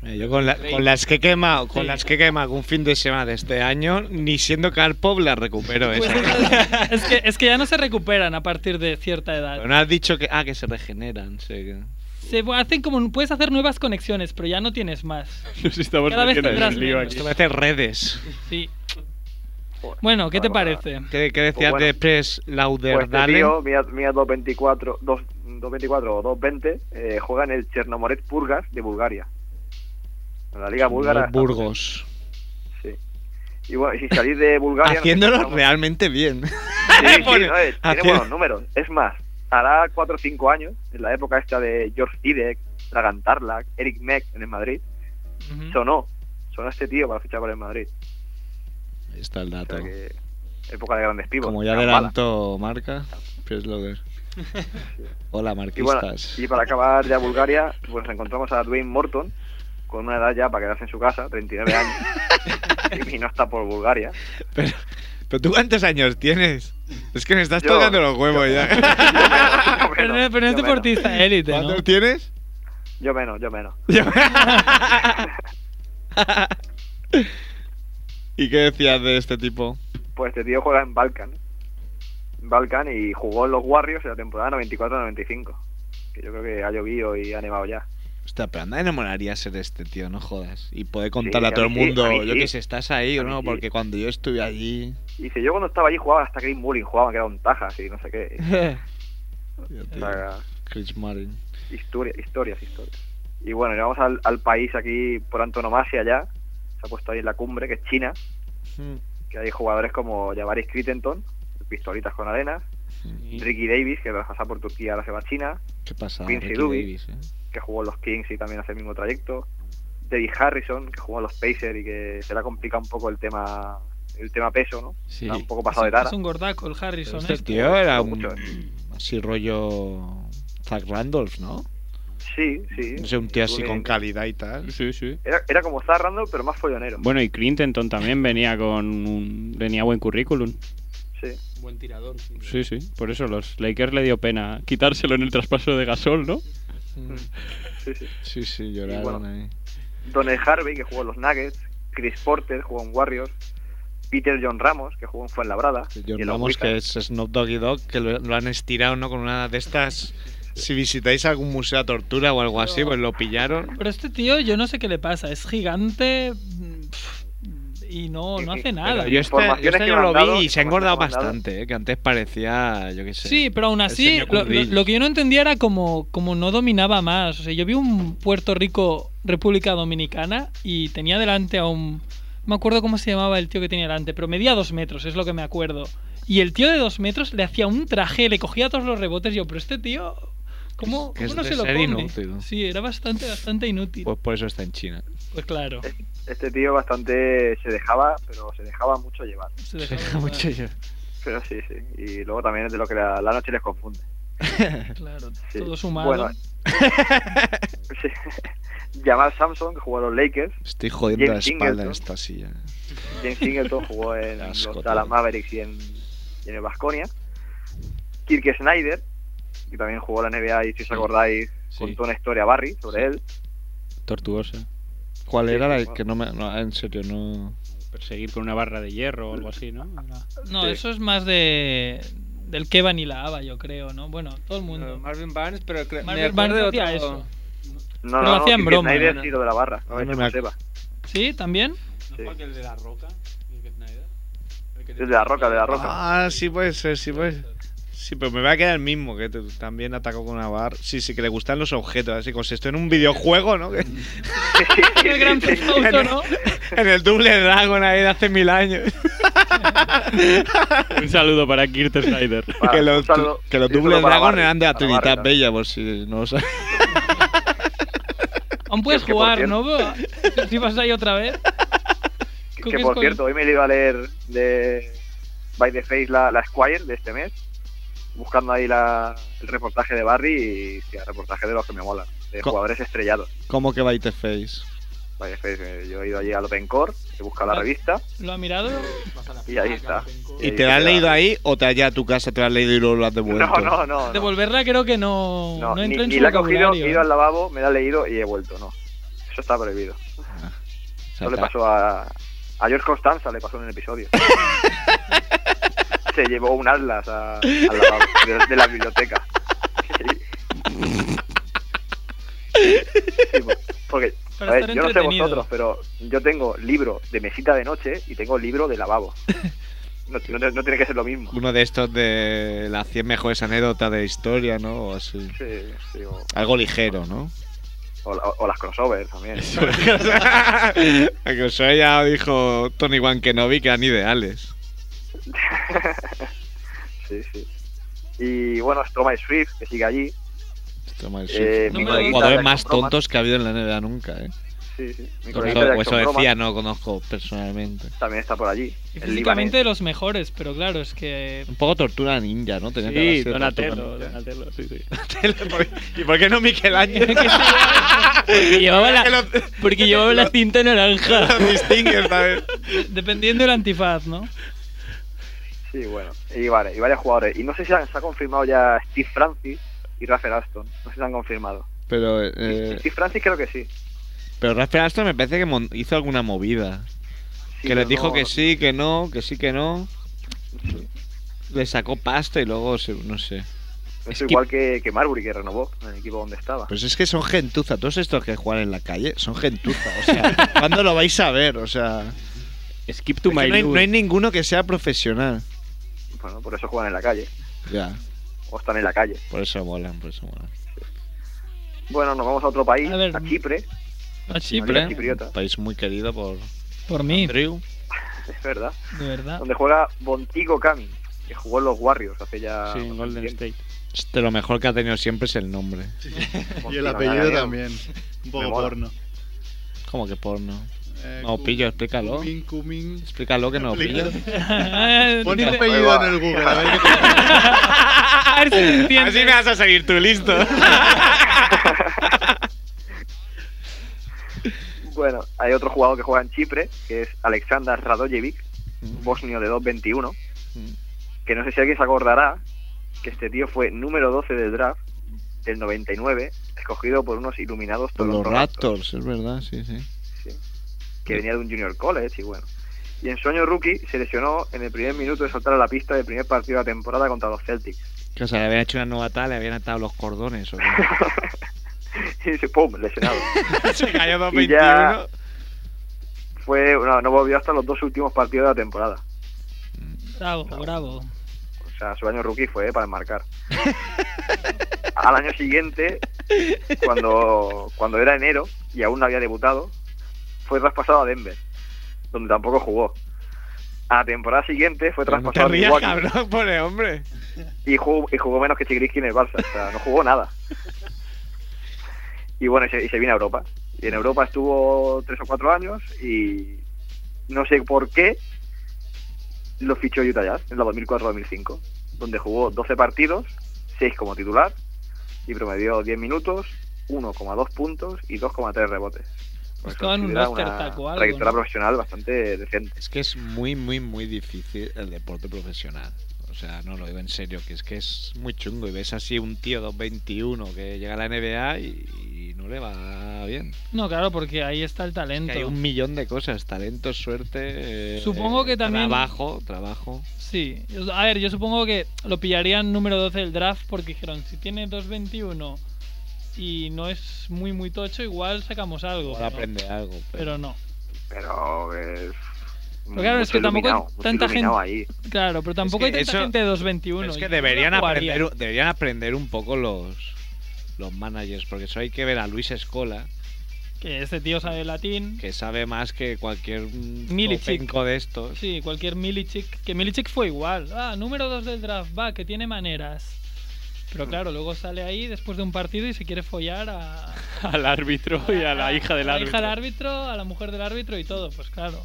Mira, Eh, Yo con, la- con las que he quemado, con las que he quemado un fin de semana de este año, ni siendo Karpov las recupero.
Pues
esas.
es, que, es que ya no se recuperan a partir de cierta edad.
Pero no has dicho que. Ah, que se regeneran. sí, que-
Se hacen como puedes hacer nuevas conexiones, pero ya no tienes más.
Nos estamos
Cada vez
metiendo en
tendrás
Pues el lío
menos.
aquí.
Esto parece redes.
Sí. Bueno, ¿qué te parece?
¿Qué, qué decías
Pues bueno.
de Press
Pues este
Lauderdale?
tío, mía, mía 224, dos- 224 o 220, eh, juega en el Chernomoret Purgas de Bulgaria. En la Liga Búlgara.
Burgos.
Sí. Y bueno, y si salís de Bulgaria...
Haciéndolo
nosotros
realmente bien.
estamos- Sí, sí,
Pone-
no, eh, tiene
haciendo-
buenos números. Es más, hará 4 o 5 años, en la época esta de George Idek, Dragan Tarlak, Eric Meck en el Madrid,
Mm.
sonó. Sonó este tío para fichar por el Madrid.
Ahí está el dato.
que- Época de grandes pibos.
Como ya
Gambala.
adelanto marca, Chris Loder. Hola,
Y bueno,
marquistas.
y para acabar ya Bulgaria, pues encontramos a Dwayne Morton con una edad ya para quedarse en su casa, 39 años, y no está por Bulgaria.
Pero, pero tú cuántos años tienes? Es que me estás
Yo-
tocando los huevos ya.
Pero, no- pero no es deportista élite, ¿no?
¿Cuántos tienes?
Yo menos, yo menos.
¿Y qué decías de este tipo?
Pues este tío juega en Balkan. En Balkan y jugó en los Warriors en la temporada 94-95. Que yo creo que ha llovido y ha nevado ya.
Hostia, pero anda, no molaría ser este tío, no jodas. Y poder
Sí,
contarle
a
a todo el
mí sí,
mundo,
a mí
yo
sí.
que sé, estás ahí o no, porque cuando yo estuve allí.
Y si yo cuando estaba allí jugaba hasta Green Bullying, jugaba que era un tajas y no sé qué. O sea,
Chris Martin.
historia, historias, historias. Y bueno, y vamos al, al país aquí por antonomasia ya. Se ha puesto ahí en la cumbre, que es China. que hay jugadores como Javaris Crittenton, Pistolitas con Arenas, Ricky Davis, que tras pasar por Turquía ahora se va a China,
¿Qué pasa?
Quincy
Ricky
Dubby.
Davis, eh?
que jugó en los Kings y también hace el mismo trayecto, David Harrison, que jugó en los Pacers y que se le ha complicado un poco el tema el tema peso, ¿no?
Sí.
Está un poco pasado de
Es-
tara.
Es un gordaco el Harrison.
Este
este.
tío era un. Así rollo. Zach Randolph, ¿no?
Sí, sí.
No sé, un tío así
Estuve-
con calidad y tal.
Sí, sí.
Era, era como Zar Randall, pero más follonero.
Bueno, y Clinton también venía con un, tenía buen currículum.
Sí.
Buen tirador.
Sí, sí. Por eso los Lakers le dio pena quitárselo en el traspaso de Gasol, ¿no?
Sí, sí.
Sí, sí, lloraron
bueno.
ahí.
Donald Harvey, que jugó en los Nuggets, Chris Porter, jugó en Warriors, Peter John Ramos, que jugó en Fuenlabrada.
Yo
y en los
vamos que
Wizards.
es Snoop Doggy Dog, que lo, lo han estirado, ¿no? Con una de estas. Si visitáis algún museo de tortura o algo así, pues lo pillaron.
Pero este tío, yo no sé qué le pasa. Es gigante mm, pff, y no, no hace nada.
Pero yo este, yo este año
han
lo
dado,
vi y se ha
informaciones
engordado
que me han dado.
bastante, ¿eh? que antes parecía, yo qué sé.
Sí, pero aún
el
así,
señor
lo, lo-
Currillos.
lo que yo no entendía era como, como no dominaba más. O sea, yo vi un Puerto Rico, República Dominicana, y tenía delante a un. No me acuerdo cómo se llamaba el tío que tenía delante, pero medía dos metros, es lo que me acuerdo. Y el tío de dos metros le hacía un traje, le cogía todos los rebotes. y Yo, pero este tío, ¿cómo,
Que es
cómo no
de
se lo
ser
come?
inútil.
Sí, era bastante, bastante inútil.
Pues eh, por eso está en China.
Pues claro.
Este tío bastante se dejaba, pero se dejaba mucho llevar.
Se
Pues
dejaba Se dejaba llevar. mucho llevar.
Pero sí, sí. Y luego también es de lo que la, la noche les confunde.
Claro,
Sí.
todo sumado.
Bueno, sí. Jamal Samson, que jugó en los Lakers.
Estoy jodiendo
James
la espalda en
Singleton.
esta silla.
James Singleton jugó en
Asco,
los Dallas Mavericks y en, y en el Vasconia. Kirk Snyder, que también jugó en la NBA y si os acordáis, contó una historia a Barry sobre él.
Tortuosa.
¿Cuál era la
bueno.
que no me.? no, en serio, no.
Perseguir con una barra de hierro o algo así, ¿no? Era-
No, eso es más de del Kevan y la Ava, yo creo, ¿no? Bueno, todo el mundo.
Marvin Barnes, pero creo-
Marvin
me acuerdo de
Barnes hacía
otro.
Pero
No,
lo
no, no,
hacían
Kirk
broma,
Snyder
¿no?
sí, lo de la barra. A ver
No
si
me
lo sepa.
¿Sí? ¿También?
el de la roca?
Es de la roca, de la roca.
Ah, sí puede ser, sí puede ser. Sí, pero me va a quedar el mismo, que tú también atacó con una bar. Sí, sí, que le gustan los objetos, así como si estoy en un videojuego, ¿no? Que-
el gran auto, ¿no?
en el Double Dragon ahí de hace mil años.
Un saludo para Kirt Snyder.
que los,
saludo.
que los
Sí, solo
Double
para
Dragon
Barry,
eran de
para Barry,
Trinidad
claro.
Bella, por si no lo sabes.
Aún puedes
Es que, por
jugar,
cierto-
¿no? Si vas ahí otra vez.
Que,
Cookies
por
con-
cierto, hoy me iba a leer de By the Face la, la Squire de este mes, buscando ahí la, el reportaje de Barry y hostia, el reportaje de los que me molan, de
Co-
jugadores estrellados.
¿Cómo que Bite Face?
By the Face, eh, yo he ido allí al Open Core, he buscado la
Ah.
revista
¿Lo ha mirado?
y ahí está.
¿Y te la has leído ahí o te allá a tu casa te la has leído y luego lo has devuelto?
No, no, no. no.
Devolverla creo que no, no,
ni,
entra en
ni
su
la he cogido,
vocabulario.
he ido al lavabo, me la he leído y he vuelto, no. Eso está prohibido. Eso le
está.
pasó a, a George Constanza, le pasó en un episodio. Se llevó un atlas a- al lavabo de, de la biblioteca. Sí, pues, porque,
Para
a ver,
estar
yo no sé
entretenido.
vosotros, pero yo tengo libro de mesita de noche y tengo libro de lavabo. No, no- no tiene que ser lo mismo.
Uno de estos de las 100 mejores anécdotas de historia, ¿no? O así.
Sí, sí, o-
Algo ligero, ¿no?
O, la- o las crossovers también.
A que eso ya dijo Tony Wan Kenobi que eran ideales.
sí, sí. Y bueno, Stroma y Swift, que sigue allí.
Toma el
Eh,
surf.
mi
Uno de
coleguita
los jugadores
de
más
Comproma.
tontos que ha habido en la NBA nunca, ¿eh?
Sí, sí. Mi
Eso-
coleguita de
o
Jackson
eso
Broma
decía, no lo conozco personalmente.
También está por allí.
Y
El libanés.
físicamente de los mejores, pero claro, es que.
Un poco tortura ninja, ¿no? Tenía que haber
Sí,
sido
Donatello,
tortura
Donatello, sí, sí.
ninja. ¿Y por qué no Michelangelo?
Porque llevaba la, porque llevaba la tinta naranja.
Distingue, ¿sabes?
Dependiendo del antifaz, ¿no?
Sí, bueno. Y, vale, y varios jugadores. Y no sé si han- se ha confirmado ya Steve Francis y Rafael Aston. No sé si se han confirmado.
Pero, eh,
Steve Francis creo que sí.
pero Rafael Astor me parece que mon- hizo alguna movida.
Sí,
que les
pero
dijo
no-
que sí, que no, que sí, que no. Le sacó pasta y luego, se- no sé.
Es igual que, que Marbury, que renovó en el equipo donde estaba.
Pues es que son gentuza. Todos estos que juegan en la calle son gentuza. O sea, ¿cuándo lo vais a ver? O sea.
Skip to
no,
my
hay,
lure.
no hay ninguno que sea profesional.
Bueno, por eso juegan en la calle.
Ya,
O están en la calle.
por eso molan, por eso molan.
Bueno, nos vamos a otro país, a, Chipre.
A
Chipre. ¿eh? Chipriota.
un país muy querido por.
Por mí.
Andrew.
Es verdad.
De verdad.
Donde juega Bontico Kami, que jugó en los Warriors hace
Ah,
ya. Sí, Golden State.
De Este, lo mejor que ha tenido siempre es el nombre.
Y el apellido también. Un poco porno.
Como que porno.
Eh,
no
cu-
pillo, explícalo.
Cumin, cumin.
Explícalo que no pillo.
Pon tu apellido en el Google, a ver qué te-
"Ah,
Así me vas a seguir tú, listo.
Bueno, hay otro jugador que juega en Chipre, que es Alexander Radojevic,
Mm.
un bosnio de 2.21. Que no sé si alguien se acordará que este tío fue número 12 del draft del 99, escogido por unos iluminados
Por los
Toronto
Raptors, es verdad, sí, sí.
que venía de un junior college y bueno. Y en sueño rookie se lesionó en el primer minuto de saltar a la pista del primer partido de la temporada contra los Celtics.
Que, o sea, le habían hecho una novatada, le habían atado los cordones. ¿o qué?
Y dice, ¡pum! Lesionado.
se cayó
Y ya fue, no, no volvió hasta los dos últimos partidos de la temporada.
Bravo, bravo.
O sea, su año rookie fue para enmarcar. Al año siguiente, cuando, cuando era enero y aún no había debutado, fue traspasado a Denver, donde tampoco jugó. A la temporada siguiente fue
No
traspasado
te
a
rías,
Milwaukee.
cabrón, pone hombre.
y jugó, y jugó menos que Chigriski en el Barça, o sea, no jugó nada. Y bueno, y se, y se vino a Europa. Y en Europa estuvo tres o cuatro años y no sé por qué lo fichó Utah Jazz en la 2004-2005, donde jugó 12 partidos, 6 como titular y promedió 10 minutos, 1,2 puntos y 2,3 rebotes. Pues
Buscaban un
considera
roster
una
taco o algo,
trayectoria
¿no?
profesional bastante decente.
Es que es muy, muy, muy difícil el deporte profesional. O sea, no lo digo en serio, que es que es muy chungo. Y ves así un tío 221 que llega a la NBA y, y no le va bien.
No, claro, porque ahí está el
Que
talento.
hay un millón de cosas: talento, suerte. eh,
Supongo que también-
Trabajo, trabajo.
Sí. A ver, yo supongo que lo pillarían número 12 del draft porque dijeron, si tiene 2.21 y no es muy, muy tocho, igual sacamos algo.
Ahora
pero-
aprende algo.
pero no.
Pero eh,
Pero claro, es
mucho
que tampoco hay
iluminado, mucho
tanta gente.
iluminado ahí.
Claro, pero tampoco
que
hay tanta
eso-
gente de 221.
Es
Yo
que
no la
deberían
jugaría.
aprender, deberían aprender un poco los, los managers, porque eso hay que ver a Luis Escola,
Que este tío sabe latín.
que sabe más que cualquier mm,
Milicic.
copenco de estos.
Sí, cualquier Milicic. Que Milicic fue igual. Ah, número 2 del draft, va, que tiene maneras.
Mm.
Pero claro, luego sale ahí después de un partido y se quiere follar a,
Al árbitro y a la hija del
a la hija
árbitro.
del árbitro, a la mujer del árbitro y todo. Pues claro.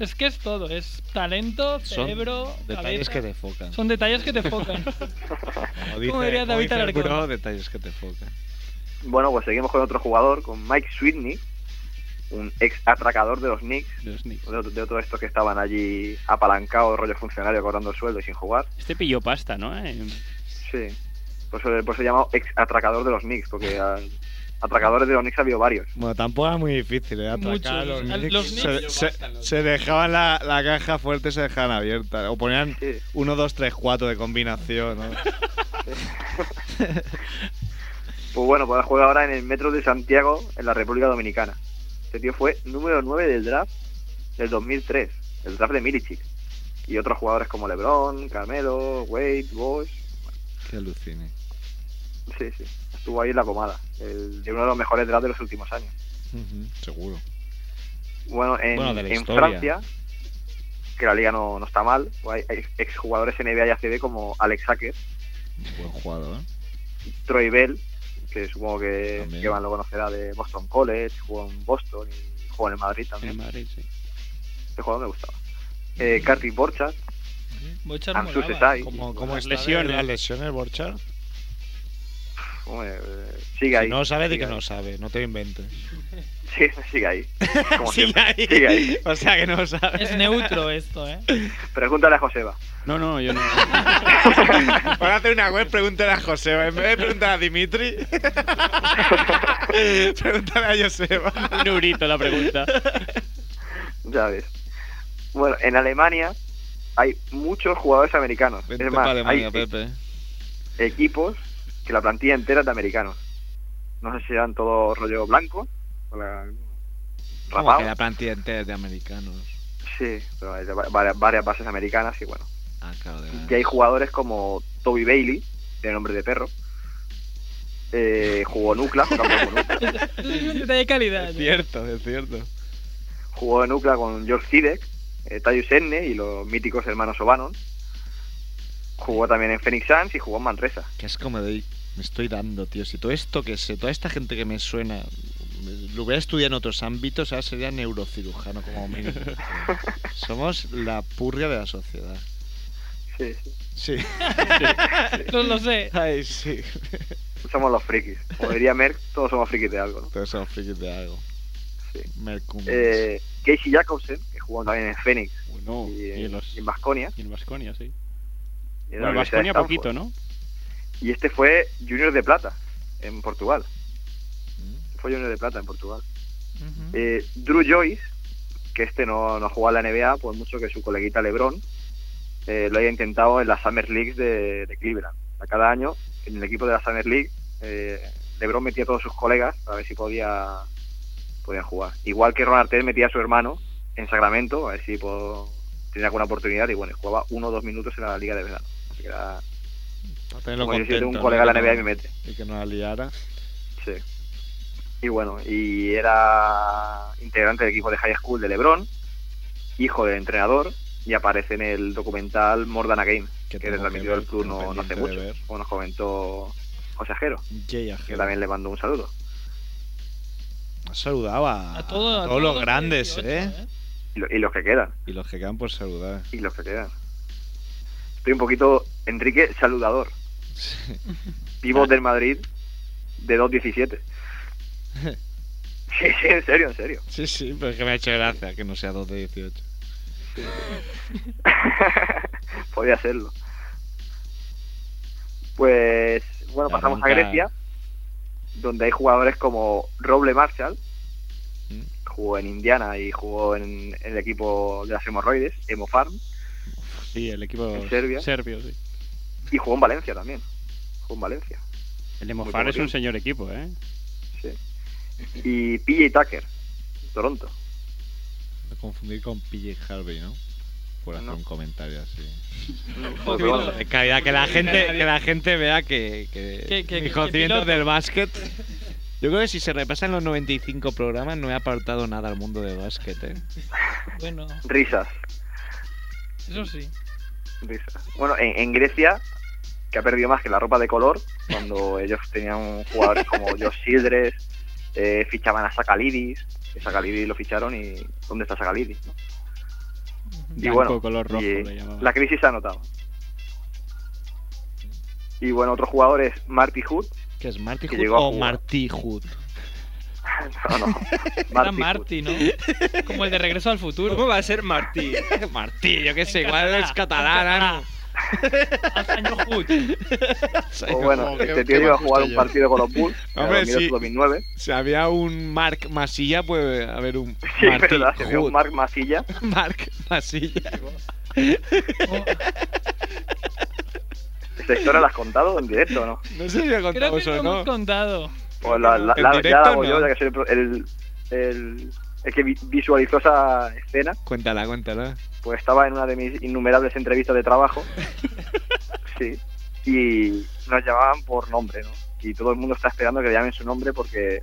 Es que es todo, es talento,
Son
cerebro,
detalles
cabeza.
que te focan.
Son detalles que te focan.
Como
Como diría David
dice el
Alarcón.
bro, detalles que te focan.
Bueno, pues seguimos con otro jugador, con Mike Sweeney, un ex atracador de los Knicks, de, otro- de todos estos que estaban allí apalancados, rollo funcionario, cobrando el sueldo y sin jugar.
Este pilló pasta, ¿no? En-
Sí. Por eso, por eso se llama ex atracador de los Knicks, porque ah, atracadores de los Knicks ha habido varios.
Bueno, tampoco era muy difícil, ¿eh? Atracar
Muchos,
a los
o sea,
Knicks.
los
Se-
Knicks-
Se, se dejaban la, la caja fuerte, se dejaban abierta. O ponían 1, 2, 3, 4 de combinación. ¿no?
Pues bueno, pues juega ahora en el Metro de Santiago, en la República Dominicana. Este tío fue número 9 del draft del 2003, el draft de Milicic. Y otros jugadores como LeBron, Carmelo, Wade, Bosch.
Que alucine.
Sí, sí. Estuvo ahí en la pomada. El- de uno de los mejores draft de los últimos años.
Seguro.
Bueno, en,
Bueno, de la
en
historia.
Francia, que la liga no, no está mal, pues hay hay exjugadores NBA y ACB como Alex Hacker,
Buen jugador, ¿eh?
Troy Bell, que supongo que Iván lo conocerá de Boston College, jugó en Boston y jugó en el Madrid también.
En Madrid, sí.
Este jugador me gustaba.
Mm.
Eh, Carty Borchardt,
Bochar
Ansu
molaba.
Sesai.
Como, como
Las
está de
lesiones.
Las lesiones, Borchard.
Hombre, eh, sigue ahí.
Si no sabe, de
sigue
que
ahí.
no sabe. No te lo inventes.
Sí, sigue ahí. Como
Sigue
siempre,
ahí.
sigue ahí.
O sea que no sabe.
Es neutro esto, ¿eh?
Pregúntale a Joseba.
No, no, yo no.
Para hacer una web, pregúntale a José. En vez de preguntar a Dimitri, pregúntale a Joseba.
Un eurito la pregunta.
Ya ves. Bueno, en Alemania hay muchos jugadores americanos.
Vente
es más,
para Alemania,
hay
Pepe.
equipos que la plantilla entera es de americanos. No sé si eran todo rollo blanco. o la-
Como
rapado.
que la plantilla entera es de americanos.
Sí, pero hay de va- varias, varias bases americanas y bueno.
Ah, claro, de verdad.
Y hay jugadores como Toby Bailey, de nombre de perro. Eh, jugó en UCLA, jugó en UCLA.
De calidad. ¿eh?
Es cierto, es cierto.
jugó en UCLA con George Sidek, eh, Tyus Enne y los míticos hermanos O'Bannon. Jugó también en Phoenix Suns y jugó en Manresa.
Qué asco me doy. Me estoy dando, tío. Si todo esto que sé, toda esta gente que me suena, lo voy a estudiar en otros ámbitos, ahora sería neurocirujano como mínimo. Somos la purria de la sociedad.
Sí,
Sí.
No lo sé.
Ay, sí.
Somos los frikis. Como diría Merck, todos somos frikis de algo, ¿no?
Todos somos frikis de algo. Mercum.
Eh, Casey Jacobsen, que jugó también en Phoenix
Bueno,
y,
y en los-
en Basconia.
Y en Vasconia, sí.
en
Bueno, en
la Universidad
Vasconia
de Stanford.
poquito, ¿no?
Y este fue Junior de Plata en Portugal. Fue Junior de Plata en Portugal. Eh, Drew Joyce, que este no, no ha jugado a la NBA, por mucho que su coleguita LeBron eh, lo haya intentado en las Summer Leagues de, de Cleveland. A cada año, en el equipo de la Summer League, eh, LeBron metía a todos sus colegas a ver si podía podían jugar. Igual que Ron Artés metía a su hermano en Sacramento, a ver si po- tenía alguna oportunidad, y bueno, jugaba uno o dos minutos en la Liga de Verano. Así que era-
Para tenerlo
como yo soy de
contento,
un
¿no?
colega de la
Que
NBA y
no-
me mete.
Y que no la liara.
Sí. Y bueno, y era integrante del equipo de high school de LeBron, hijo del entrenador, y aparece en el documental More Than a Game, que
tengo
transmitió
que
el
ver,
club
tengo
no, no hace
pendiente
mucho,
de ver.
como nos comentó José Ajero,
Jay
que
Ajero.
también le mando un saludo.
Nos saludaba a,
todo-
todos
a todos
los
los
grandes, ¿eh?
Y, lo- y los que quedan,
Y los que quedan por saludar.
y los que quedan. Estoy un poquito Enrique Saludador, vivo del Madrid de 2.17. Sí, sí, en serio, en serio.
Sí, sí, pero es que me ha hecho gracia que no sea 2 de 18.
Podía serlo. Pues bueno,
La
pasamos
bronca.
a Grecia, donde hay jugadores como Roble Marshall, jugó en Indiana y jugó en, el equipo de las hemorroides, Hemofarm,
Sí, el equipo
¿En Serbia?
serbio, sí.
y jugó en Valencia también. Jugó en Valencia.
El Emofar es
colorido.
un señor equipo, ¿eh?
Sí. Y PJ Tucker, Toronto.
A confundir con PJ Harvey, ¿no? Por hacer un comentario así.
Porque bueno,
Es Eh, calidad, que la gente, que la gente vea que, que
Que- que-
mis
que
conocimientos
piloto.
del básquet. Yo creo que si se repasan los 95 programas no he apartado nada al mundo del básquet, ¿eh?
Bueno,
risas.
eso sí.
Risa. Bueno, en, en Grecia, que ha perdido más que la ropa de color, cuando ellos tenían jugadores como Josh Childress, eh, fichaban a Sakalidis, que Sakalidis lo ficharon y ¿dónde está Sakalidis? no? Y
Blanco,
bueno,
color rojo
y, eh,
¿eh?
le llamaban.
la crisis se ha notado. Y bueno, otro jugador es Marty Hood.
¿Que es Marty
Que
Hood
llegó a
o
jugar.
Marty Hood?
No, no.
Era Marty, ¿no? Como el de Regreso al Futuro. ¿Cómo
va a ser Martí?
Martí, yo qué sé, igual es catalán.
O bueno, este tío iba a jugar un partido con los Bulls. en
Hombre,
el 2008,
sí.
2009.
Si había un Marc Masilla, puede haber un
Sí, es
Martí
verdad, se vio
Hood.
un Mark Masilla.
Marc Masilla.
¿Esta historia la has contado en directo o no?
No sé si he
Creo
contado
que
eso
lo
o no.
hemos contado.
Pues la, la-
¿En
la- ya
directo
la hago
no?
yo, ya que soy el, pro- el, el- el que vi- visualizó esa escena.
Cuéntala, cuéntala.
Pues estaba en una de mis innumerables entrevistas de trabajo. Sí. y nos llamaban por nombre, ¿no? Y todo el mundo está esperando que le llamen su nombre porque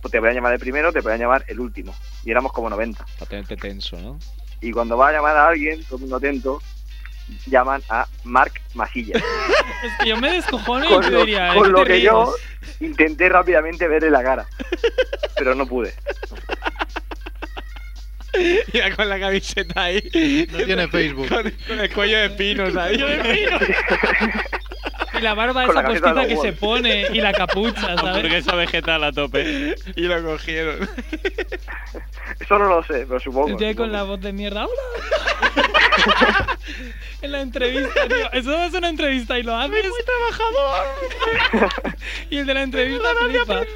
pues, te podían llamar el primero, te podían llamar el último. Y éramos como 90.
Para tenerte tenso, ¿no?
Y cuando va a llamar a alguien, todo el mundo atento, llaman a Marc Masilla.
Es que yo me descojono y
con
te
lo,
diría.
con
¿eh?
lo
¿Te
que yo
ríes?
intenté rápidamente verle la cara, pero no pude.
Ya con la camiseta ahí.
No tiene Facebook.
Con, con el cuello de pinos ahí.
Y la barba
Con la
esa
camiseta de
postiza
los
que se
Wolves.
pone y la capucha, ¿sabes?
Hamburguesa vegetal a tope.
Y lo cogieron.
Eso no lo sé, pero
El
supongo.
tío ahí con la voz de mierda. ¡Hola! en la entrevista, tío. Eso es una entrevista y lo haces. ¡Muy
trabajador!
y el de la entrevista flipa. Hostia,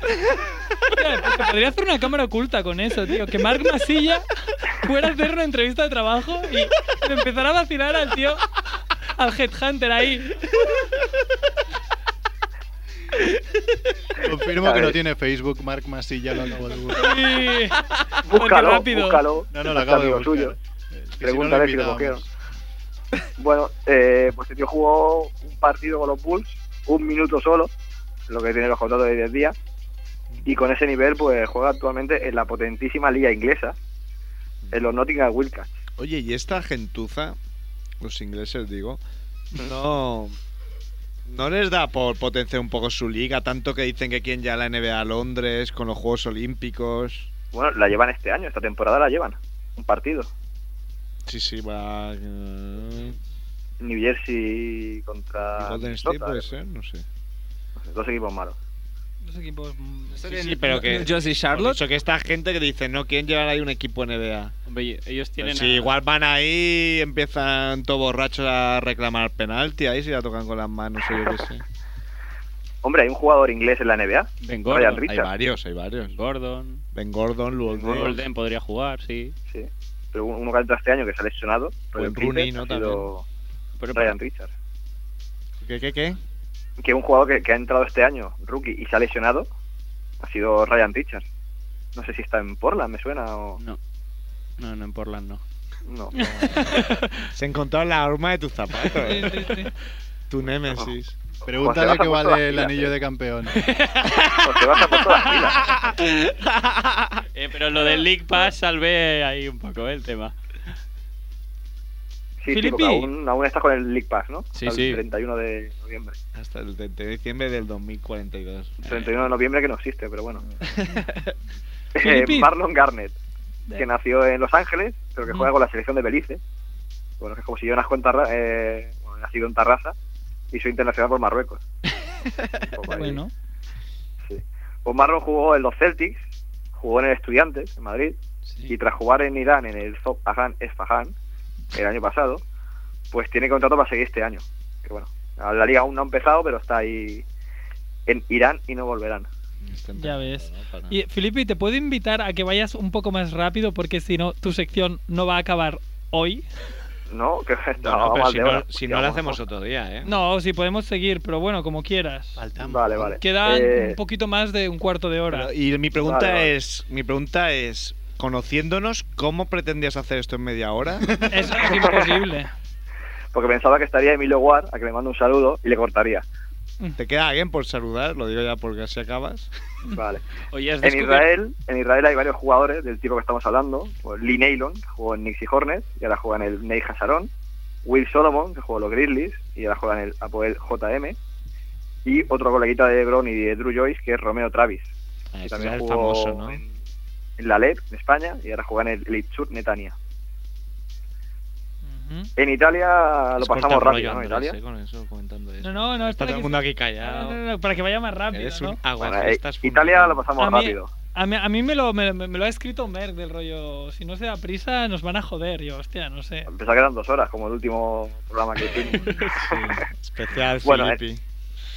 pues, podría hacer una cámara oculta con eso, tío. Que Marc Masilla fuera a hacer una entrevista de trabajo y le empezara a vacilar al tío, al headhunter ahí.
Confirmo
A
que
ver.
no tiene Facebook, Marc Masilla, lo acabo de buscar.
Y...
Búscalo,
Porque rápido.
búscalo.
No, no, lo acabo de
Amigo
buscar. Eh,
suyo.
si no
Pregúntale
lo
si lo cogieron.
invitábamos.
Bueno, eh, pues el tío jugó un partido con los Bulls, un minuto solo, lo que tiene los contratos de 10 días, y con ese nivel pues juega actualmente en la potentísima liga inglesa, en los Nottingham Wildcats.
Oye, ¿y esta gentuza, los ingleses digo, no, no les da por potenciar un poco su liga? Tanto que dicen que quieren ya la NBA a Londres con los Juegos Olímpicos.
Bueno, la llevan este año, esta temporada la llevan, un partido.
Sí, sí, va. eh,
New Jersey contra
Golden State
Minnesota,
puede ser, no sé.
dos equipos malos.
Los equipos. mm,
sí, sí, pero que.
Yo sí, Charlotte. Eso que esta gente que dice, no quieren llevar ahí un equipo NBA.
Hombre, ellos tienen.
Pues Sí,
a-
igual van ahí y empiezan todos borrachos a reclamar penalti. Ahí si la tocan con las manos o yo qué sé.
Hombre, hay un jugador inglés en la NBA,
Ben
Ryan
Gordon.
Richards.
hay varios.
Gordon.
Ben Gordon, Luol
Gordon.
Golden podría jugar, sí.
Sí. Pero uno que ha entrado este año que se ha lesionado, Roger
Rooney,
Pippen,
¿no?
ha sido
Pero-
Ryan Richards.
¿Qué, qué, qué?
que un jugador que, que ha entrado este año, rookie, y se ha lesionado, ha sido Ryan Richards. No sé si está en Portland, me suena, o...
No. No, no, en Portland no.
No.
Se encontró la arma de tus zapatos.
Sí, sí, sí.
Tu némesis.
Pregúntale qué vale el anillo de campeón.
Eh, pero lo del League Pass salvé ahí un poco eh, el tema.
Sí, sí,
Filippi.
porque aún, aún estás con el League Pass, ¿no?
Sí,
Hasta
sí.
El 31 de noviembre.
Hasta el 30 de diciembre del 2042.
El 31 de noviembre que no existe, pero bueno. Eh,
Filippi.
Marlon Garnett, que
Ya.
nació en Los Ángeles, pero que juega
Mm.
con la selección de Belice. Bueno, que como si yo nací en, Tarra- eh, bueno, nacido en Tarrasa y soy internacional por Marruecos. Un poco ahí.
Bueno.
Pues Marlon jugó en los Celtics, jugó en el Estudiantes, en Madrid, y tras jugar en Irán en el Zob Ahan Esfahan el año pasado, pues tiene contrato para seguir este año. Que bueno, la liga aún no ha empezado, pero está ahí en Irán y no volverán.
Ya ves. Y Felipe, te puedo invitar a que vayas un poco más rápido porque si no, tu sección no va a acabar hoy.
No, que no,
No,
vamos
pero
al
si
de
no,
ahora.
si
Ya
no lo
vamos.
hacemos otro día, ¿eh?
No, si podemos seguir, pero bueno, como quieras.
Faltamos.
Vale, vale.
Quedan
Eh,
un poquito más de un cuarto de hora.
Pero- y mi pregunta
Vale, vale.
es, mi pregunta es, conociéndonos, ¿cómo pretendías hacer esto en media hora?
Eso es imposible.
Porque pensaba que estaría Emilio Guar, a que le mando un saludo y le cortaría.
¿Te queda alguien por saludar? Lo digo ya porque así acabas.
Vale.
Oye, has
En
descubierto-
Israel, en Israel hay varios jugadores del tipo que estamos hablando. Pues Lee Neylon, que jugó en Nixie Hornets y ahora juega en el Ney Hasaron. Will Solomon, que jugó en los Grizzlies y ahora juega en el Apoel JM. Y otro coleguita de Bron y de Drew Joyce, que es Romeo Travis.
Ah,
que
este era
también
el
jugó
famoso, ¿no?
en, en la LEP, en España, y ahora juega en el Leipzig Netania. En Italia lo
Es corta
pasamos
el rollo,
rápido, ¿no?
Andrés,
Italia.
eh, con eso, comentando eso.
No, no, no,
Está
espera
todo el
que-
mundo aquí
No,
callado.
no, no, para que vaya más rápido,
Eres
¿no?
un agua
Bueno, eh, Italia lo pasamos
A mí-
rápido.
A mí, a mí me, lo, me, me lo ha escrito Merck del rollo, si no se da prisa nos van a joder, yo, hostia, no sé.
Pensaba que eran dos horas, como el último programa que hicimos.
Especial
Bueno,
Filippi.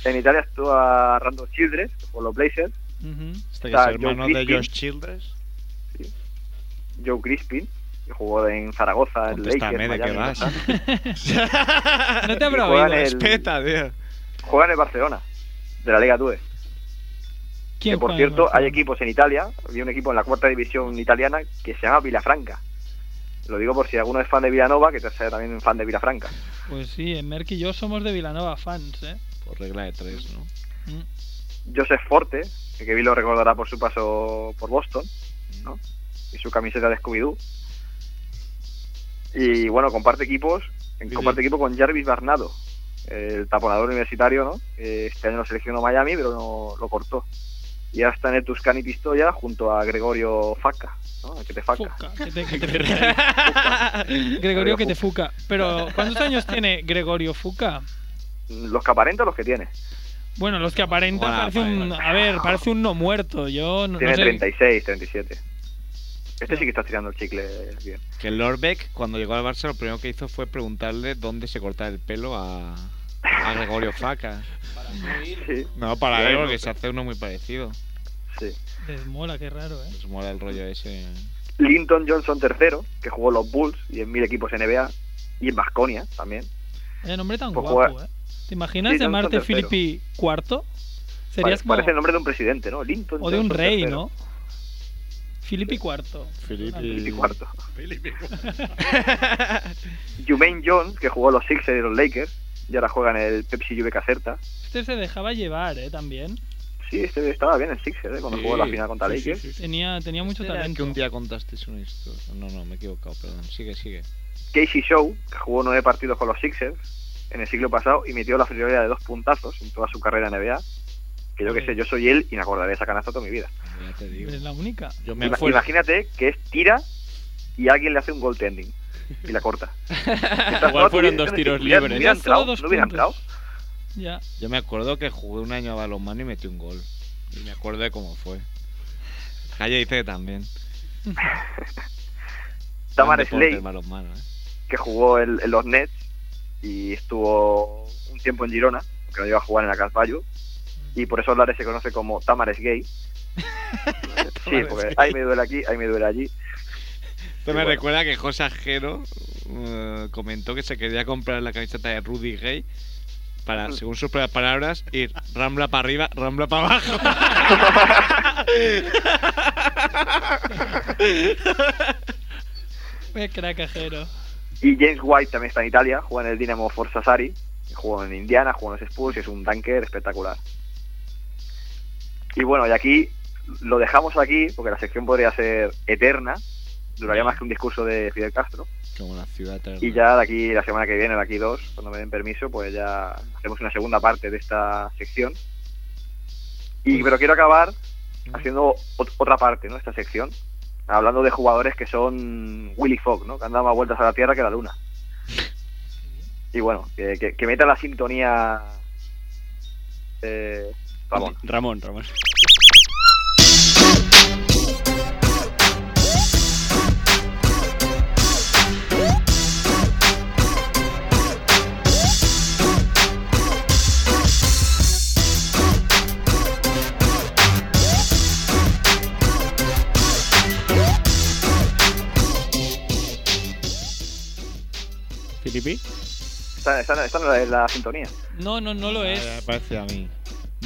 en Italia actúa Randall Childress, o los Blazers,
Este que
está
es
Joe
hermano de
Griffin.
Josh Childress.
Joe Crispin, que jugó en Zaragoza, en Lakers,
Contéstame, ¿de qué
Miami,
vas?
Manhattan.
No te habrá
Y juegan
oído.
el-
Respeta, tío.
Juega en el Barcelona, de la Liga 2.
¿Quién
que por
juega en
cierto,
Barcelona?
hay equipos en Italia, había un equipo en la cuarta división italiana que se llama Vilafranca. Lo digo por si alguno es fan de Villanova, que te sea también fan de Vilafranca.
Pues sí, en Merck y yo somos de Vilanova fans, ¿eh? Mm.
Por regla de tres, ¿no?
Joseph Forte, que Kevin lo recordará por su paso por Boston, ¿no? Y su camiseta de Scooby-Doo. Y bueno, comparte equipos, comparte equipo con Jarvis Barnado, el taponador universitario, ¿no? Eh, Este año lo seleccionó Miami, pero no lo cortó. Y ahora está en el Tuscany Pistoia junto a Gregorio Faca, ¿no? El que te faca.
Que te- que te fuca. Gregorio que te fuca. Pero, ¿cuántos años tiene Gregorio Fuca?
Los que aparenta, los que tiene.
Bueno, los que aparentan
Hola,
parece un... A ver, parece un no muerto. Yo no, no
Tiene
sé.
36, 37. Este sí que está tirando el chicle bien.
Que Lorbeck, cuando llegó al Barça, lo primero que hizo fue preguntarle dónde se cortaba el pelo a, a Gregorio Faca.
Sí.
No, para
Sí,
ver,
no,
porque
pero-
se hace uno muy parecido.
Sí.
Desmola, qué raro, ¿eh?
Pues mola el rollo ese.
Linton Johnson tercero, que jugó en los Bulls y en mil equipos NBA y en Vasconia también.
El nombre tan
Pues
guapo,
juega-
¿eh? ¿Te imaginas
Sí, Johnson
llamarte
tercero.
Filippi IV? Serías
Pare-
como...
Parece el nombre de un presidente, ¿no? Linton
O de un
Johnson
rey,
tercero.
¿no? Filippi IV.
Felipe cuarto. Jumaine Jones, que jugó en los Sixers y los Lakers y ahora juega en el Pepsi Juve Caserta.
Este se dejaba llevar, ¿eh? También.
Sí, este estaba bien en Sixers, ¿eh? cuando jugó la final contra Lakers.
Tenía, tenía mucho
Este Era
talento.
que un día contasteis una historia. No, no, me he equivocado, perdón. Sigue, sigue.
Casey Show, que jugó nueve partidos con los Sixers en el siglo pasado y metió la friolera de dos puntazos en toda su carrera en NBA. Que yo que sé, yo soy él y me acordaré de esa canasta toda mi vida.
Ya te digo.
Es la única.
Yo me
Ima-
acuerdo.
Imagínate que es tira y alguien le hace un goaltending y la corta. Estas
Igual
no
fueron
tuvieran-
dos tiros
hubieran-
libres.
hubieran
Solo
entrado,
dos
No hubieran
puntos.
entrado.
Ya.
Yo me acuerdo que jugué un año a balonmano y metí un gol. Y me acuerdo de cómo fue. Calle dice que también.
Tamar
Gran deporte
Slade.
el balonmano, ¿eh?
que jugó en, en los Nets y estuvo un tiempo en Girona, que no llegó a jugar en la Carvalho, y por eso Lares se conoce como Tamares Gay. sí,
Tamar
porque
es gay.
ahí me duele aquí, ahí me duele allí.
Esto me recuerda que José Ajero eh, comentó que se quería comprar la camiseta de Rudy Gay para, según sus propias palabras, ir rambla para arriba, rambla para abajo.
Qué cracajero.
Y James White también está en Italia, juega en el Dinamo Forza Sari, jugó en Indiana, jugó en los Spurs y es un tanker espectacular. Y bueno, y aquí lo dejamos aquí, porque la sección podría ser eterna, duraría más que un discurso de Fidel Castro.
Como la ciudad eterna.
Y ya de aquí, la semana que viene, de aquí dos, cuando me den permiso, pues ya hacemos una segunda parte de esta sección. Y pero quiero acabar haciendo ot- otra parte, ¿no? Esta sección, hablando de jugadores que son Willy Fogg, ¿no? Que han dado más vueltas a la Tierra que a la Luna. Y bueno, que, que, que meta la sintonía. Eh, Ramón.
Ramón, Ramón. ¿Filipi?
Esta, esta- esta no es la sintonía.
No, no, no lo es.
Me parece a mí.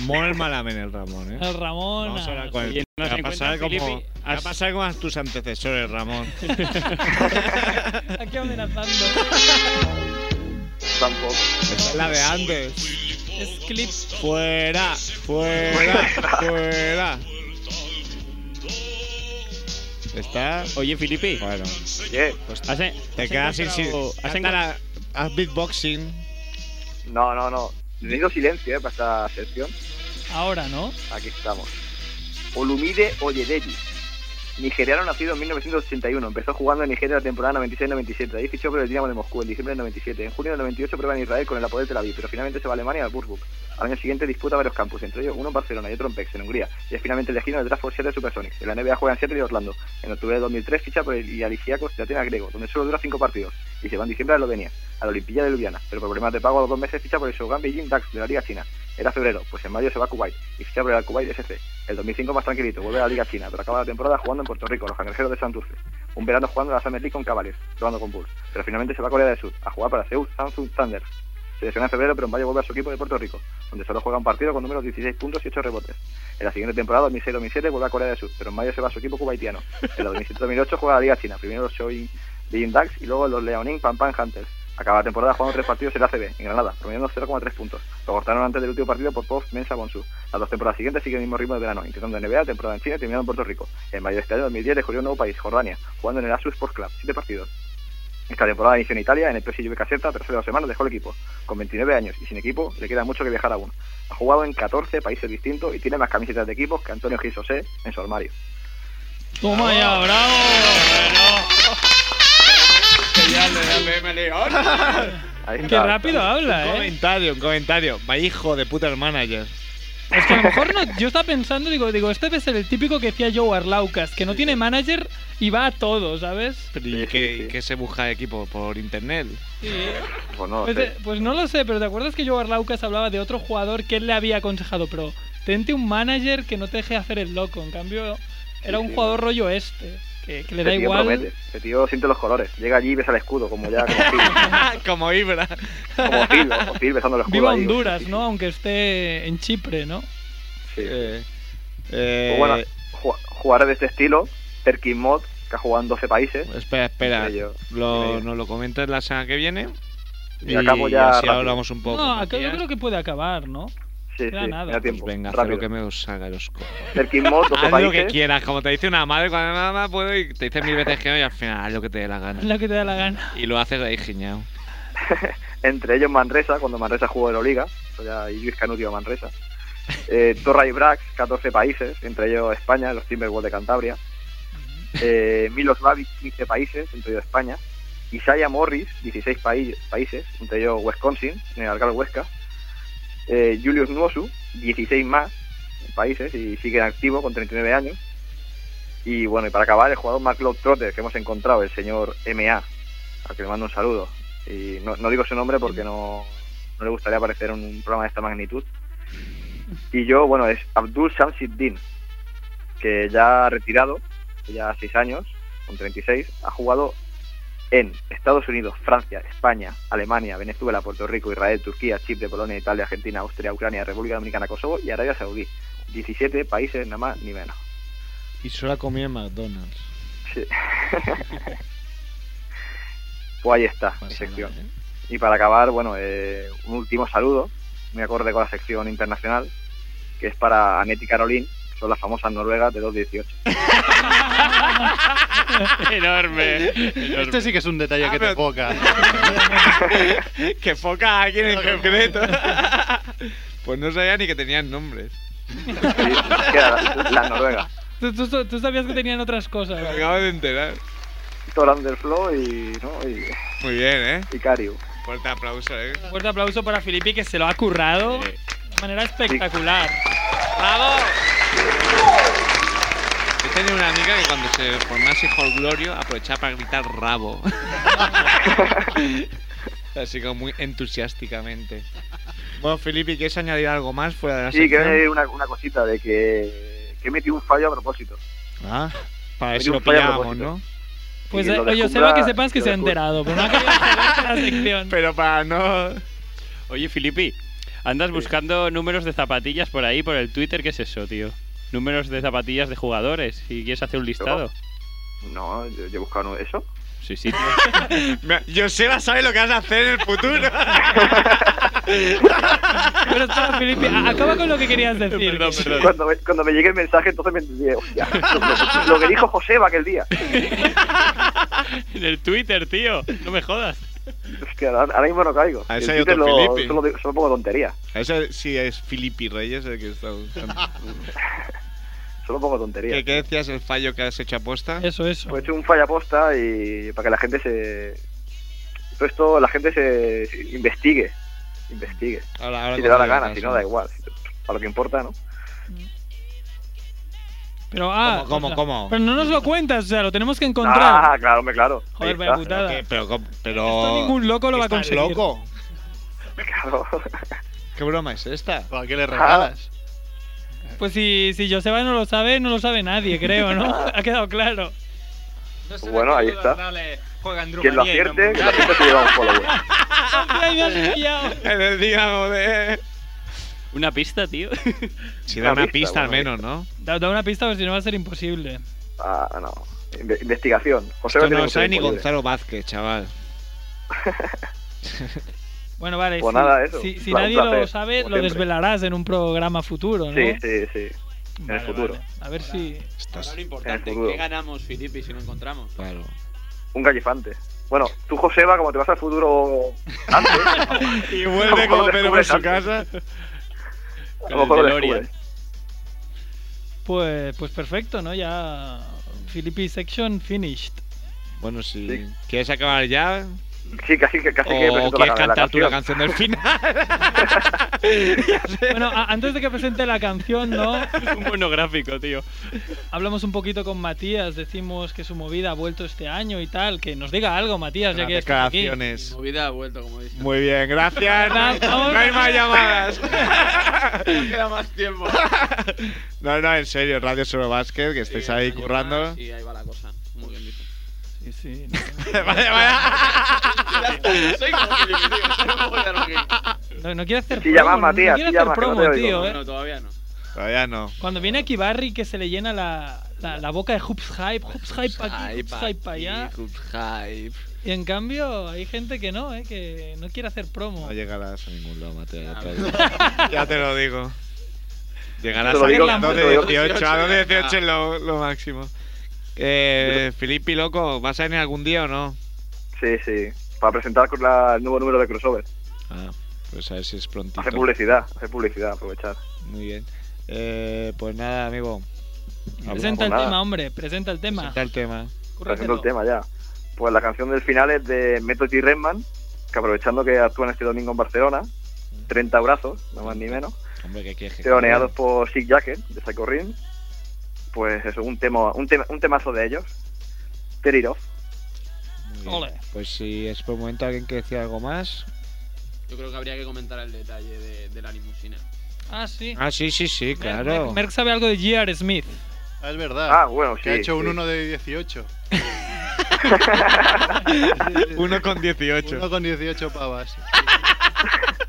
Mola el malamen el Ramón, ¿eh?
El Ramón.
Vamos a hablar
ah,
con
sí.
él. Va a pasar como, va a pasar como a tus antecesores, Ramón.
Aquí amenazando.
Tampoco.
Esa es la de antes.
Es clip.
Fuera, fuera, fuera. Está.
Oye, Filipe.
Bueno.
¿Qué?
Pues
has en-
te
has
quedas sin. sin-
encontrado- has
canta la- Haz beatboxing.
No, no, no. Necesito silencio, ¿eh? Para esta sección.
Ahora, ¿no?
Aquí estamos. Olumide Oyedeji. Nigeriano nacido en 1981. Empezó jugando en Nigeria la temporada 96-97. Ahí fichó por el Dinamo de Moscú en diciembre del 97. En junio del 98 prueba en Israel con el Apoel Tel Aviv, pero finalmente se va a Alemania al Würzburg. Al año siguiente disputa varios campus, entre ellos uno en Barcelona y otro en Pex, en Hungría. Y es finalmente elegido en el draft por Seattle Supersonics. En la NBA juega en Seattle y Orlando. En octubre de 2003 ficha por el Ialisiacos de Atenas Grego, donde solo dura cinco partidos. Y se va en diciembre a Eslovenia, a la Olimpia de Ljubljana. Pero por problemas de pago a los dos meses ficha por el Shogun Beijing Dax de la Liga China. Era febrero, pues en mayo se va a Kuwait y ficha por el Kuwait SC. El 2005 más tranquilito, vuelve a la Liga China, pero acaba la temporada jugando en Puerto Rico, los cangrejeros de Santurce. Un verano jugando en la Summer League con Cavaliers, jugando con Bulls. Pero finalmente se va a Corea del Sur, a jugar para Seúl Samsung Thunder. Se lesiona en febrero, pero en mayo vuelve a su equipo de Puerto Rico, donde solo juega un partido con números 16 puntos y 8 rebotes. En la siguiente temporada, 2006-2007, vuelve a Corea del Sur, pero en mayo se va a su equipo cubaitiano. En la 2007-2008 juega a la Liga China, primero Shoin de Indax y luego los Leonin Pampan Hunters. Acaba la temporada jugando tres partidos en la ACB, en Granada, promediando 0,3 puntos. Lo cortaron antes del último partido por Pop Mensa Bonsu. Las dos temporadas siguientes siguen el mismo ritmo de verano, intentando en NBA, temporada en China y terminando en Puerto Rico. En mayo de este año 2010 descubrió un nuevo país, Jordania, jugando en el ASU Sports Club, siete partidos. Esta temporada inició en Italia, en el Pesci Juve Caserta, tras dos semanas dejó el equipo. Con 29 años y sin equipo, le queda mucho que viajar aún. Ha jugado en 14 países distintos y tiene más camisetas de equipos que Antonio Gil José en su armario.
Toma ya, bravo.
Ahí
Qué rápido habla,
un
¿eh?
Comentario, un comentario. Vaya hijo de puta el manager.
Es que a lo mejor no, yo estaba pensando, digo, digo, este debe ser el típico que decía Joe Arlaucas, que no tiene manager y va a todo, ¿sabes?
Pero ¿y qué, qué se busca de equipo? ¿Por internet?
Pues no,
Pues, eh, pues no lo sé, pero ¿te acuerdas que Joe Arlaucas hablaba de otro jugador que él le había aconsejado? Pero tente un manager que no te deje hacer el loco. En cambio, era un
sí.
jugador rollo este, que, que le da
Este tío
igual.
promete. Este tío siente los colores. Llega allí y besa el escudo, como ya como Phil.
como Ibra.
como Phil, como Phil besando el escudo.
Viva
ahí.
Honduras, ¿no? Aunque esté en Chipre, ¿no?
Sí.
Eh,
Pues bueno, ju- jugadores de este estilo, Terkin Mod, que ha jugado en 12 países.
Espera, espera.
Dime yo,
Lo-
dime yo.
nos lo comentas la semana que viene.
Y acabo ya
así
rápido.
hablamos un poco.
No, acá- yo creo que puede acabar, ¿no?
Sí,
Queda
sí,
nada.
queda tiempo.
Pues Venga, haz
rápido.
lo que me os salga de los cojones.
Terkin Mod, 12
Haz lo que
países.
quieras, como te dice una madre cuando nada más puedo y te dice mil veces que no y al final haz lo que te dé la
Haz
gana.
Lo que te da la gana.
Y lo haces ahí giñado.
Entre ellos Manresa, cuando Manresa jugó en Euroliga. Eso ya- Y Luis Canudio Manresa. Eh, Torra y Brax, 14 países. Entre ellos España, los Timberwolves de Cantabria. Eh, Milos Babic, 15 países. Entre ellos España. Isaiah Morris, 16 paí- países. Entre ellos Wisconsin, en el Algarve Huesca. Eh, Julius Nuosu, 16 más países y sigue en activo con 39 años. Y bueno, y para acabar, el jugador Mark Lord Trotter que hemos encontrado, el señor MA, al que le mando un saludo. Y no, no digo su nombre porque no, no le gustaría aparecer en un programa de esta magnitud. Y yo, bueno, es Abdul Shamsiddin, que ya ha retirado, ya 6 años, con 36, ha jugado en Estados Unidos, Francia, España, Alemania, Venezuela, Puerto Rico, Israel, Turquía, Chipre, Polonia, Italia, Argentina, Austria, Ucrania, República Dominicana, Kosovo y Arabia Saudí. 17 países, nada más ni menos.
Y solo comí en McDonald's.
Sí. pues ahí está, mi sección. Y para acabar, bueno, eh, un último saludo, muy acorde con la sección internacional, que es para Anet y Caroline, que son las famosas noruegas de 2.18.
enorme.
Este sí que es un detalle que te foca.
que foca a alguien en concreto. pues no sabía ni que tenían nombres.
Las la noruegas.
Tú, tú- tú sabías que tenían otras cosas.
Me acabo de enterar.
Toran del Flow y, ¿no? y,
Muy bien, ¿eh?
y Cariu.
Fuerte aplauso, ¿eh?
Un fuerte aplauso para Filipe que se lo ha currado de manera espectacular.
Yo tenía una amiga que cuando se formase Hall Glorio aprovechaba para gritar rabo. Así como muy entusiásticamente. Bueno, Felipe, ¿quieres añadir algo más fuera de la
Sí, que
sección?
hay una, una cosita de que, que he metido un fallo a propósito.
Ah, para ver
Metí
si lo
un fallo a
pillamos, ¿no?
propósito.
Pues
Y
eh,
lo
oye,
descubra-
Seba, que sepas que
lo
se ha
descubra.
enterado, pero no ha querido joderte la sección.
Pero para no.
Oye, Filipi, andas buscando números de zapatillas por ahí, por el Twitter, ¿qué es eso, tío? Números de zapatillas de jugadores, si quieres hacer un listado.
No, yo, yo he buscado eso.
Sí, sí, tío.
Mira, Joseba sabe lo que vas a hacer en el futuro.
Pero espera, Filipe, a- acaba con lo que querías decir.
Cuando me, cuando me llegue el mensaje, entonces me entendí. hostia, lo, lo que dijo Joseba aquel día.
en el Twitter, tío. No me jodas.
Es que ahora, ahora mismo no caigo.
A
El
ese hay
Twitter
otro
lo-
Felipe.
Solo, digo- solo pongo tontería.
Ese sí es Filipe Reyes el que está buscando.
Solo pongo tontería.
¿Qué, qué decías el fallo que has hecho aposta?
Eso, eso.
Pues he hecho un falla posta y para que la gente se. Todo esto, la gente se se investigue. Investigue.
Ahora, ahora
Si le da la
contaré
gana, si no,
caso.
da igual. Si- Para lo que importa, ¿no?
Pero, ah,
¿Cómo, cómo,
o sea,
cómo?
Pero no nos lo cuentas, o sea, lo tenemos que encontrar.
Ah, claro, hombre, claro.
Joder,
Ahí
vaya
está.
putada.
¿Qué? Pero, com- pero...
Esto ningún loco lo va a
¿Estás
conseguir.
loco?
Claro.
¿Qué broma es esta?
¿Para qué Ah, le regalas?
Pues si, si Joseba no lo sabe, no lo sabe nadie, creo, ¿no? ha quedado claro.
Bueno, ahí está. Quien lo acierte, quien lo acierte se lleva un follower.
Ay, me has pillado.
En el día de...
Una pista, tío.
Si da
Una
una
pista,
pista al
una
menos, ¿no?
Da, da una pista, porque si no va a ser imposible.
Ah, no. Inve- investigación. José
Esto no
lo tiene
lo
mucho
sabe ni
tiempo libre.
Gonzalo Vázquez, chaval.
Bueno, vale.
Pues
si
nada, eso.
si- si
Un
nadie
placer,
lo sabe,
como
lo
siempre.
desvelarás en un programa futuro, ¿no?
Sí, sí, sí. En el futuro.
A ver si.
Ahora lo importante,
En el futuro.
¿qué ganamos, Filipe, si no encontramos?
Claro.
Un gallifante. Bueno, tú, Joseba, como te vas al futuro antes.
Y vuelve como Pedro por su
casa.
Con
A lo mejor
el
lo
DeLorean.
descubres.
Pues, pues perfecto, ¿no? Ya. Filippi section finished.
Bueno, si quieres acabar ya.
Sí, casi que casi
o
que
quieres
presento la- la
cantar tú la
canción.
canción del final.
Bueno, a- antes de que presente la canción, ¿no?
Un monográfico, tío.
Hablamos un poquito con Matías, decimos que su movida ha vuelto este año y tal. Que nos diga algo, Matías, ya
Unas
que estás aquí.
declaraciones.
Movida ha vuelto, como dice.
Muy bien,
Gracias.
Vamos.
No hay más llamadas.
No queda más tiempo.
No, no, en serio, Radio Solo Basket, que estáis ahí currando.
Y ahí va la cosa. Muy bien dicho.
Sí, sí.
Vale, vale.
Soy como Filipe, tío. No me voy a dar aquí.
No, no quiere
Sí,
hacer promo,
llama,
no-
Matías,
no quiere
sí,
hacer
llama, que no
promo,
te oigo.
tío.
No,
¿eh?
no, todavía no.
Todavía no.
Cuando viene aquí Barry que se le llena la, la, la boca de hoops hype, hoops hype aquí, hoops hype para allá.
Hype.
Y en cambio hay gente que no, ¿eh? que no quiere hacer promo.
No llegarás a ningún lado, Mateo. Ya te lo digo. Ya te lo digo. Llegarás
Te lo
a
digo,
a
te lo digo.
18, a 12, 18 es
Ya.
lo, lo máximo. Eh, Filippi, loco, ¿vas a venir algún día o no?
Sí, sí. Para presentar con la- el nuevo número de crossover.
Ah, pues a ver si es prontito.
Hacer publicidad, hacer publicidad, aprovechar.
Muy bien. Eh, pues nada, amigo.
Presenta el
Nada.
tema, hombre, presenta el tema.
Presenta el tema.
Haciendo el tema ya. Pues la canción del final es de Meto G. Redman, que aprovechando que actúan este domingo en Barcelona,
Mm.
30 brazos, no más ni menos,
Hombre, ¿qué quieres que
teloneados por Sick Jacket de Psycho Rim. Pues eso, un, tema, un, tema- un temazo de ellos. Tear It Off.
Muy bien. Pues si es por momento alguien que decía algo más.
Yo creo que habría que comentar el detalle de, de la limusina.
Ah, sí.
Ah, sí, sí, sí, claro.
Merck sabe algo de G.R. Smith.
Ah, es verdad.
Ah, bueno,
Que ha
sí,
hecho un
sí.
1 de 18.
Uno con 18.
Uno con 18 pavas.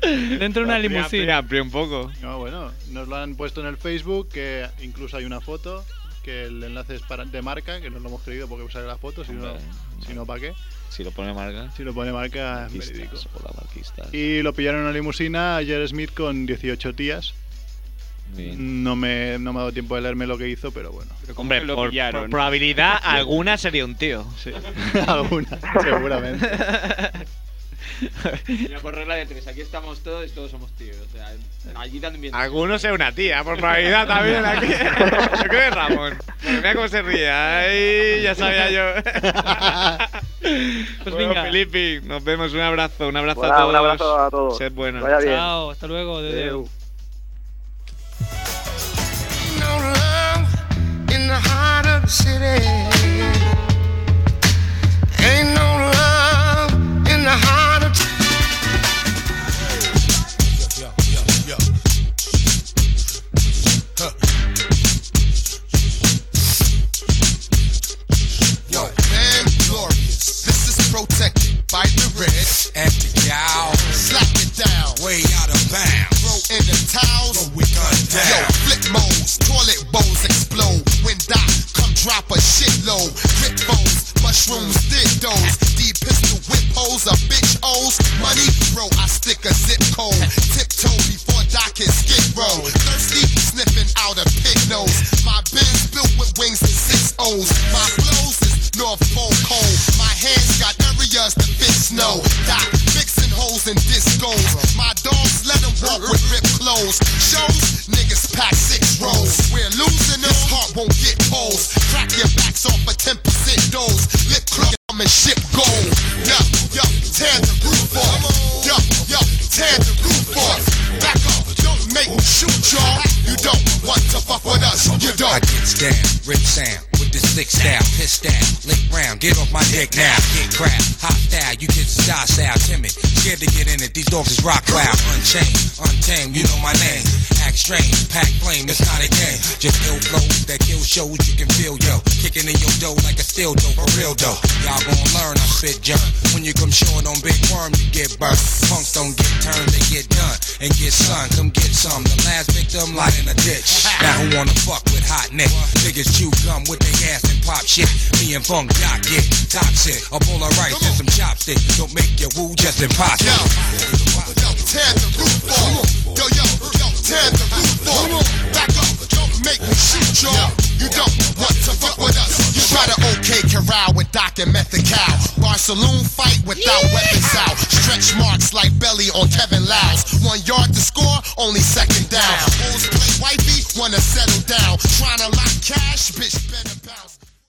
Dentro de una
limusina. Amplio un poco.
No, bueno, nos lo han puesto en el Facebook, que incluso hay una foto, que el enlace es para, de marca, que no lo hemos creído porque sale la foto, si no,
Hombre,
si no, ¿para qué?
Si lo pone marca.
Si lo pone marca, es verídico.
Marquistas, hola, marquistas.
Ah, Y lo pillaron en una limusina a Jared Smith con 18 tías.
Muy bien.
No me, no me ha dado tiempo de leerme lo que hizo, pero bueno.
Hombre, por, por probabilidad alguna sería un tío.
Sí, alguna, seguramente.
Mira, por regla de tres, aquí estamos todos y todos somos tíos. O sea, allí también.
Algunos es una tía, por probabilidad también aquí. Yo creo que es Ramón. Pero mira cómo se ríe. Ay, ya sabía yo.
Pues
Bueno,
venga.
Filippi, nos vemos. Un abrazo, un abrazo a todos.
Bueno, Pues un abrazo a todos.
Sed buenos.
Vaya bien.
Chao, hasta luego.
Eh,
Adeu.
no love in the heart of the city. Ain't no love in the heart of.
Yo, man, glorious. This is protected by the red and the gal. Slap it down, way out of bounds. Throw in the towels, we gun down. Yo, flip modes, toilet bowls explode. When die, come drop a shitload. Rip bones, mushrooms, dildos. D pistol whip holes, a bitch O's. Money, bro, I stick a zip code. Tiptoe before Doc is skid row. Thirsty, sniffing out a pig nose. My Benz built with wings and six O's. My flows is North Pole cold. My hands got areas to fix snow. Doc, fixing holes in discos. My dogs let 'em walk with ripped clothes. Shows, niggas pack six rolls. We're losing this heart won't get holes. Crack your backs off a 10% dose. Lip clock, I'm in ship gold. Yo, yo, tear the roof off. Yo, yo, tear the roof off. Back up, don't make me shoot y'all. You don't want to fuck with us, you don't.
I gets down, rip sound with the six down, piss down, lick round, get off my dick now, get crap, hot style, you kids is die style, timid, scared to get in it, these dogs is rock loud, unchained, untamed, you know my name, act strange, pack blame, it's not a game, just ill flows that kill shows you can feel, yo, kicking in your dough like a steel dough, for real though, y'all gon' learn, I spit junk, when you come short on big worm, you get burnt, punks don't get turned, they get done, and get sun, come get some, the last victim lie in a ditch, now who wanna fuck with hot neck, niggas chew gum with their ass ass and pop shit. Me and Funk Doc get top shit. A bowl of rice and some chopsticks. Don't make your woo just impossible.
Yo, tear the roof off. Yo, yo, yo, tear the roof off. Back up, don't make me shoot y'all. You don't want to fuck with us. You try to okay corral with Doc and Method Cow. Bar saloon fight without weapons out. Stretch marks like belly on Kevin Lyles. One yard to score, only second down. Bulls play wifey, wanna settle down. Tryna lock cash, bitch better bounce.